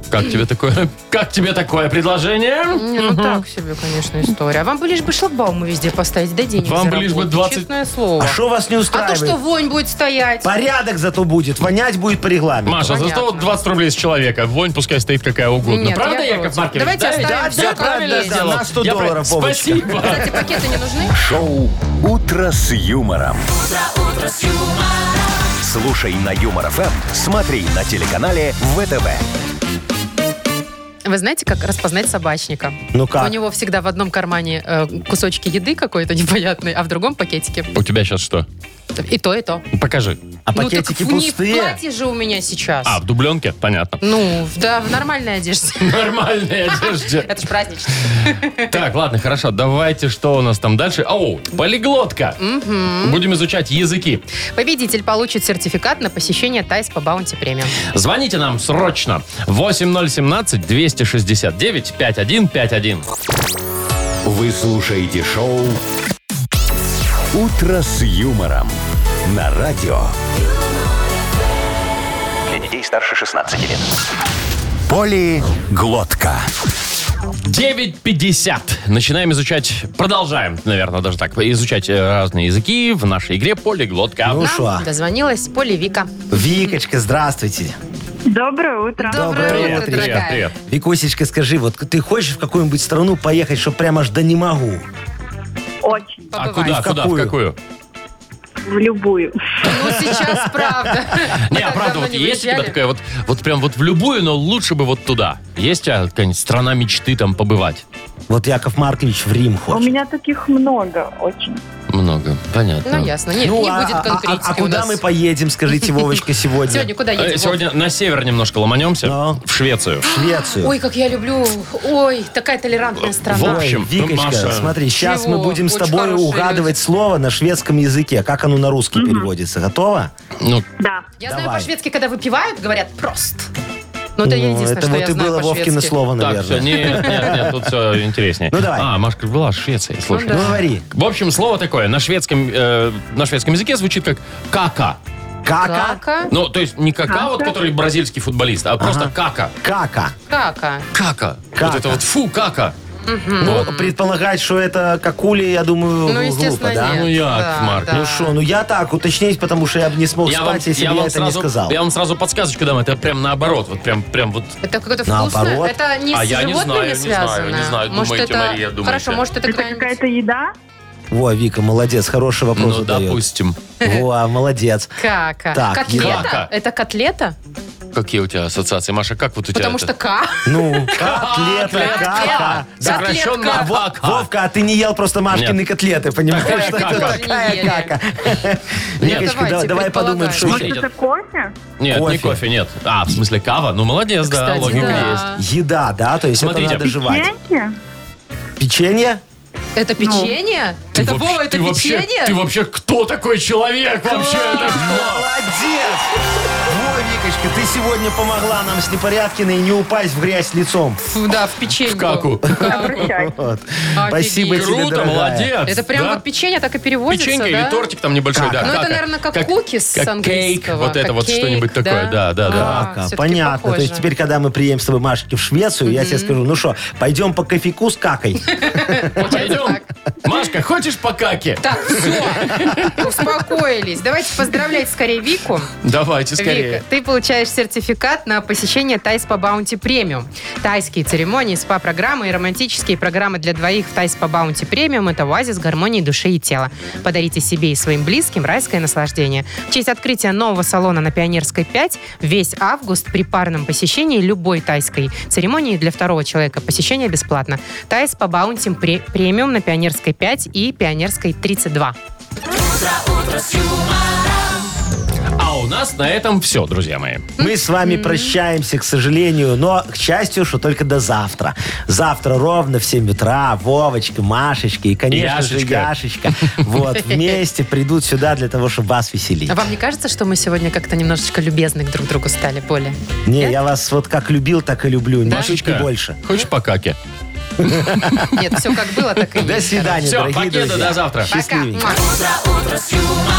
Как тебе [laughs] такое? Как тебе такое предложение? Не, ну так себе, конечно, история. А вам бы лишь бы шлагбаумы везде поставить, да денег Вам бы лишь бы заработать, 20. Честное слово. А что вас не А то, устраивает? что вонь будет стоять. Порядок зато будет, вонять будет по регламенту. Маша, за Понятно. что вот 20 рублей с человека? Вонь пускай стоит какая угодно. Нет, Правда, я Яков против. Маркович? Давайте Да, оставим я- всё я как правильно есть. сделал. На 100 Я прав- долларов, Вовочка. Спасибо. Кстати, пакеты не нужны? Шоу «Утро с юмором». Слушай на Юмор ФМ, смотри на телеканале ВТВ. Вы знаете, как распознать собачника? Ну как? У него всегда в одном кармане э, кусочки еды какой-то [laughs] непонятный, а в другом пакетики. У тебя сейчас что? И то, и то. Покажи. А Ну, так пакетики в- не в пустые. платье же у меня сейчас. А, в дубленке? [laughs] Понятно. Ну, в- да, в нормальной одежде. [laughs] Нормальная одежда. Это же празднично. Так, ладно, хорошо. Давайте, что у нас там дальше? Оу, полиглотка. Будем изучать языки. Победитель получит сертификат на посещение Тайс по баунти премиум. Звоните нам срочно. 8017-269-5151. Вы слушаете шоу «Утро с юмором» на радио. Для детей старше 16 лет. Полиглотка. 9.50. Начинаем изучать, продолжаем, наверное, даже так, изучать э, разные языки в нашей игре «Полиглотка». Ну что, Нам дозвонилась Поли Вика. Викочка, здравствуйте. Доброе утро. Доброе Привет, утро, привет, дорогая. привет. Викусечка, скажи, вот ты хочешь в какую-нибудь страну поехать, что прямо аж да не могу? Очень. А Побывай. куда, В куда, в какую? какую? В любую. Ну, сейчас правда. Мы Не, а так правда, давно вот не есть у тебя выезжали. такая вот, вот прям вот в любую, но лучше бы вот туда. Есть у тебя какая-нибудь страна мечты там побывать? Вот Яков Маркович в Рим У хочет. меня таких много, очень. Много, понятно. Ну, ясно. Нет, Ну, не а- будет а- конкретики А, а у куда нас. мы поедем, скажите, [laughs] Вовочка, сегодня? Сегодня куда Э, едем? Сегодня на север немножко ломанемся, Да. в Швецию. В Швецию. Ой, как я люблю. Ой, такая толерантная в Ой, страна. общем, Викочка, Маша. смотри, сейчас Чего? мы будем с Очень тобой хорошие угадывать люди. слово на шведском языке, как оно на русский переводится. Готово? Ну, Да. Я давай. знаю по-шведски, когда выпивают, говорят «прост». Ну, это я Ну, единственное, это что вот я и знаю было Вовкино по-шведски. слово, так, все, наверное. нет, нет, нет, тут все интереснее. Ну, давай. А, Машка же была в Швеции, слушай. Ну, говори. В общем, слово такое на шведском, э, на шведском языке звучит как кака. Кака. Кака. Ну, то есть не кака, вот который бразильский футболист, а просто кака. Кака. Кака. Кака. Вот Кака. это вот фу, кака. Ну, предполагать, что это какули, я думаю, Ну, естественно, глупо, да? Ну, нет. Яков Марк, Ну что, ну я так уточнить, потому что я бы не смог спать, если бы я это не сразу, сказал. я вам сразу подсказочку дам, это прям наоборот, вот прям, прям вот. Это какое-то Наоборот. вкусное? Это не А с я не знаю, животными не связано? знаю, не знаю. Может, Думаете, это... Мария, думаете. Хорошо, может, это Это какая-нибудь... какая-то еда? Во, Вика, молодец, хороший вопрос Ну, задает. допустим. Во, молодец. Кака. Так, котлета? кака. Это котлета? Какие у тебя ассоциации? Маша, как вот у тебя Потому это? что [laughs] ка. Ну, котлета, кака. Да, Сокращенно клетка. Во- кака. Вовка, а ты не ел просто Машкины Нет. котлеты, понимаешь? Такая Что кака. это такая Не ели. кака? Нет, Викочка, давайте, да- давай подумаем, предполагаем. что еще. Может, Идет. это кофе? Нет, не Кофе. кофе, нет. А, в смысле кава? Ну, молодец, да, Кстати, логика да. есть. Еда, да? То есть Смотрите. это надо жевать. Печенье? Печенье? Это Ну, печенье? Ты это, вообще- Вова, это ты вообще- печенье? Ты вообще кто такой человек вообще? Это что? Молодец! Во, Викочка, ты сегодня помогла нам с непорядкиной не упасть в грязь лицом. Фу, да, в печенье. В каку? Обращайтесь. Вот. Офигеть. Спасибо тебе, Круто, дорогая. молодец. Это прям да? вот печенье так и переводится, Печенька да? или тортик там небольшой, да. Ну, это, кака. наверное, [laughs] как кукис с как кейк, английского, вот это как вот кейк, что-нибудь такое, да, да. да, да. А, Кака. всё-таки понятно. То есть похоже. теперь, когда мы приедем с тобой, Машечки, в Швецию, я тебе скажу, ну что, пойдем по кофейку с какой. Пойдем. Машка, хочешь по каке? Так, все, успокоились. Давайте поздравлять скорее Вику. Давайте скорее. Вика, ты получаешь сертификат на посещение Тайс по Баунти Премиум. Тайские церемонии, спа-программы и романтические программы для двоих в Тайс по Баунти Премиум – это оазис гармонии души и тела. Подарите себе и своим близким райское наслаждение. В честь открытия нового салона на Пионерской 5 весь август при парном посещении любой тайской церемонии для второго человека посещение бесплатно. Тайс по Баунти Пре- Премиум на Пионерской 5 и Пионерской 32. А у нас на этом все, друзья мои. Мы с вами прощаемся, к сожалению, но, к счастью, что только до завтра. Завтра ровно в 7 утра Вовочка, Машечка и, конечно же, Яшечка. Яшечка вот, вместе придут сюда для того, чтобы вас веселить. А вам не кажется, что мы сегодня как-то немножечко любезны к друг другу стали более? Не, я вас вот как любил, так и люблю, ни чуть не Машечка, больше. Хочешь по каке? Нет, все как было, так и До есть. свидания, Все, дорогие покеда, друзья. до завтра. Пока. Счастливенько. Муа. Утро с юмором.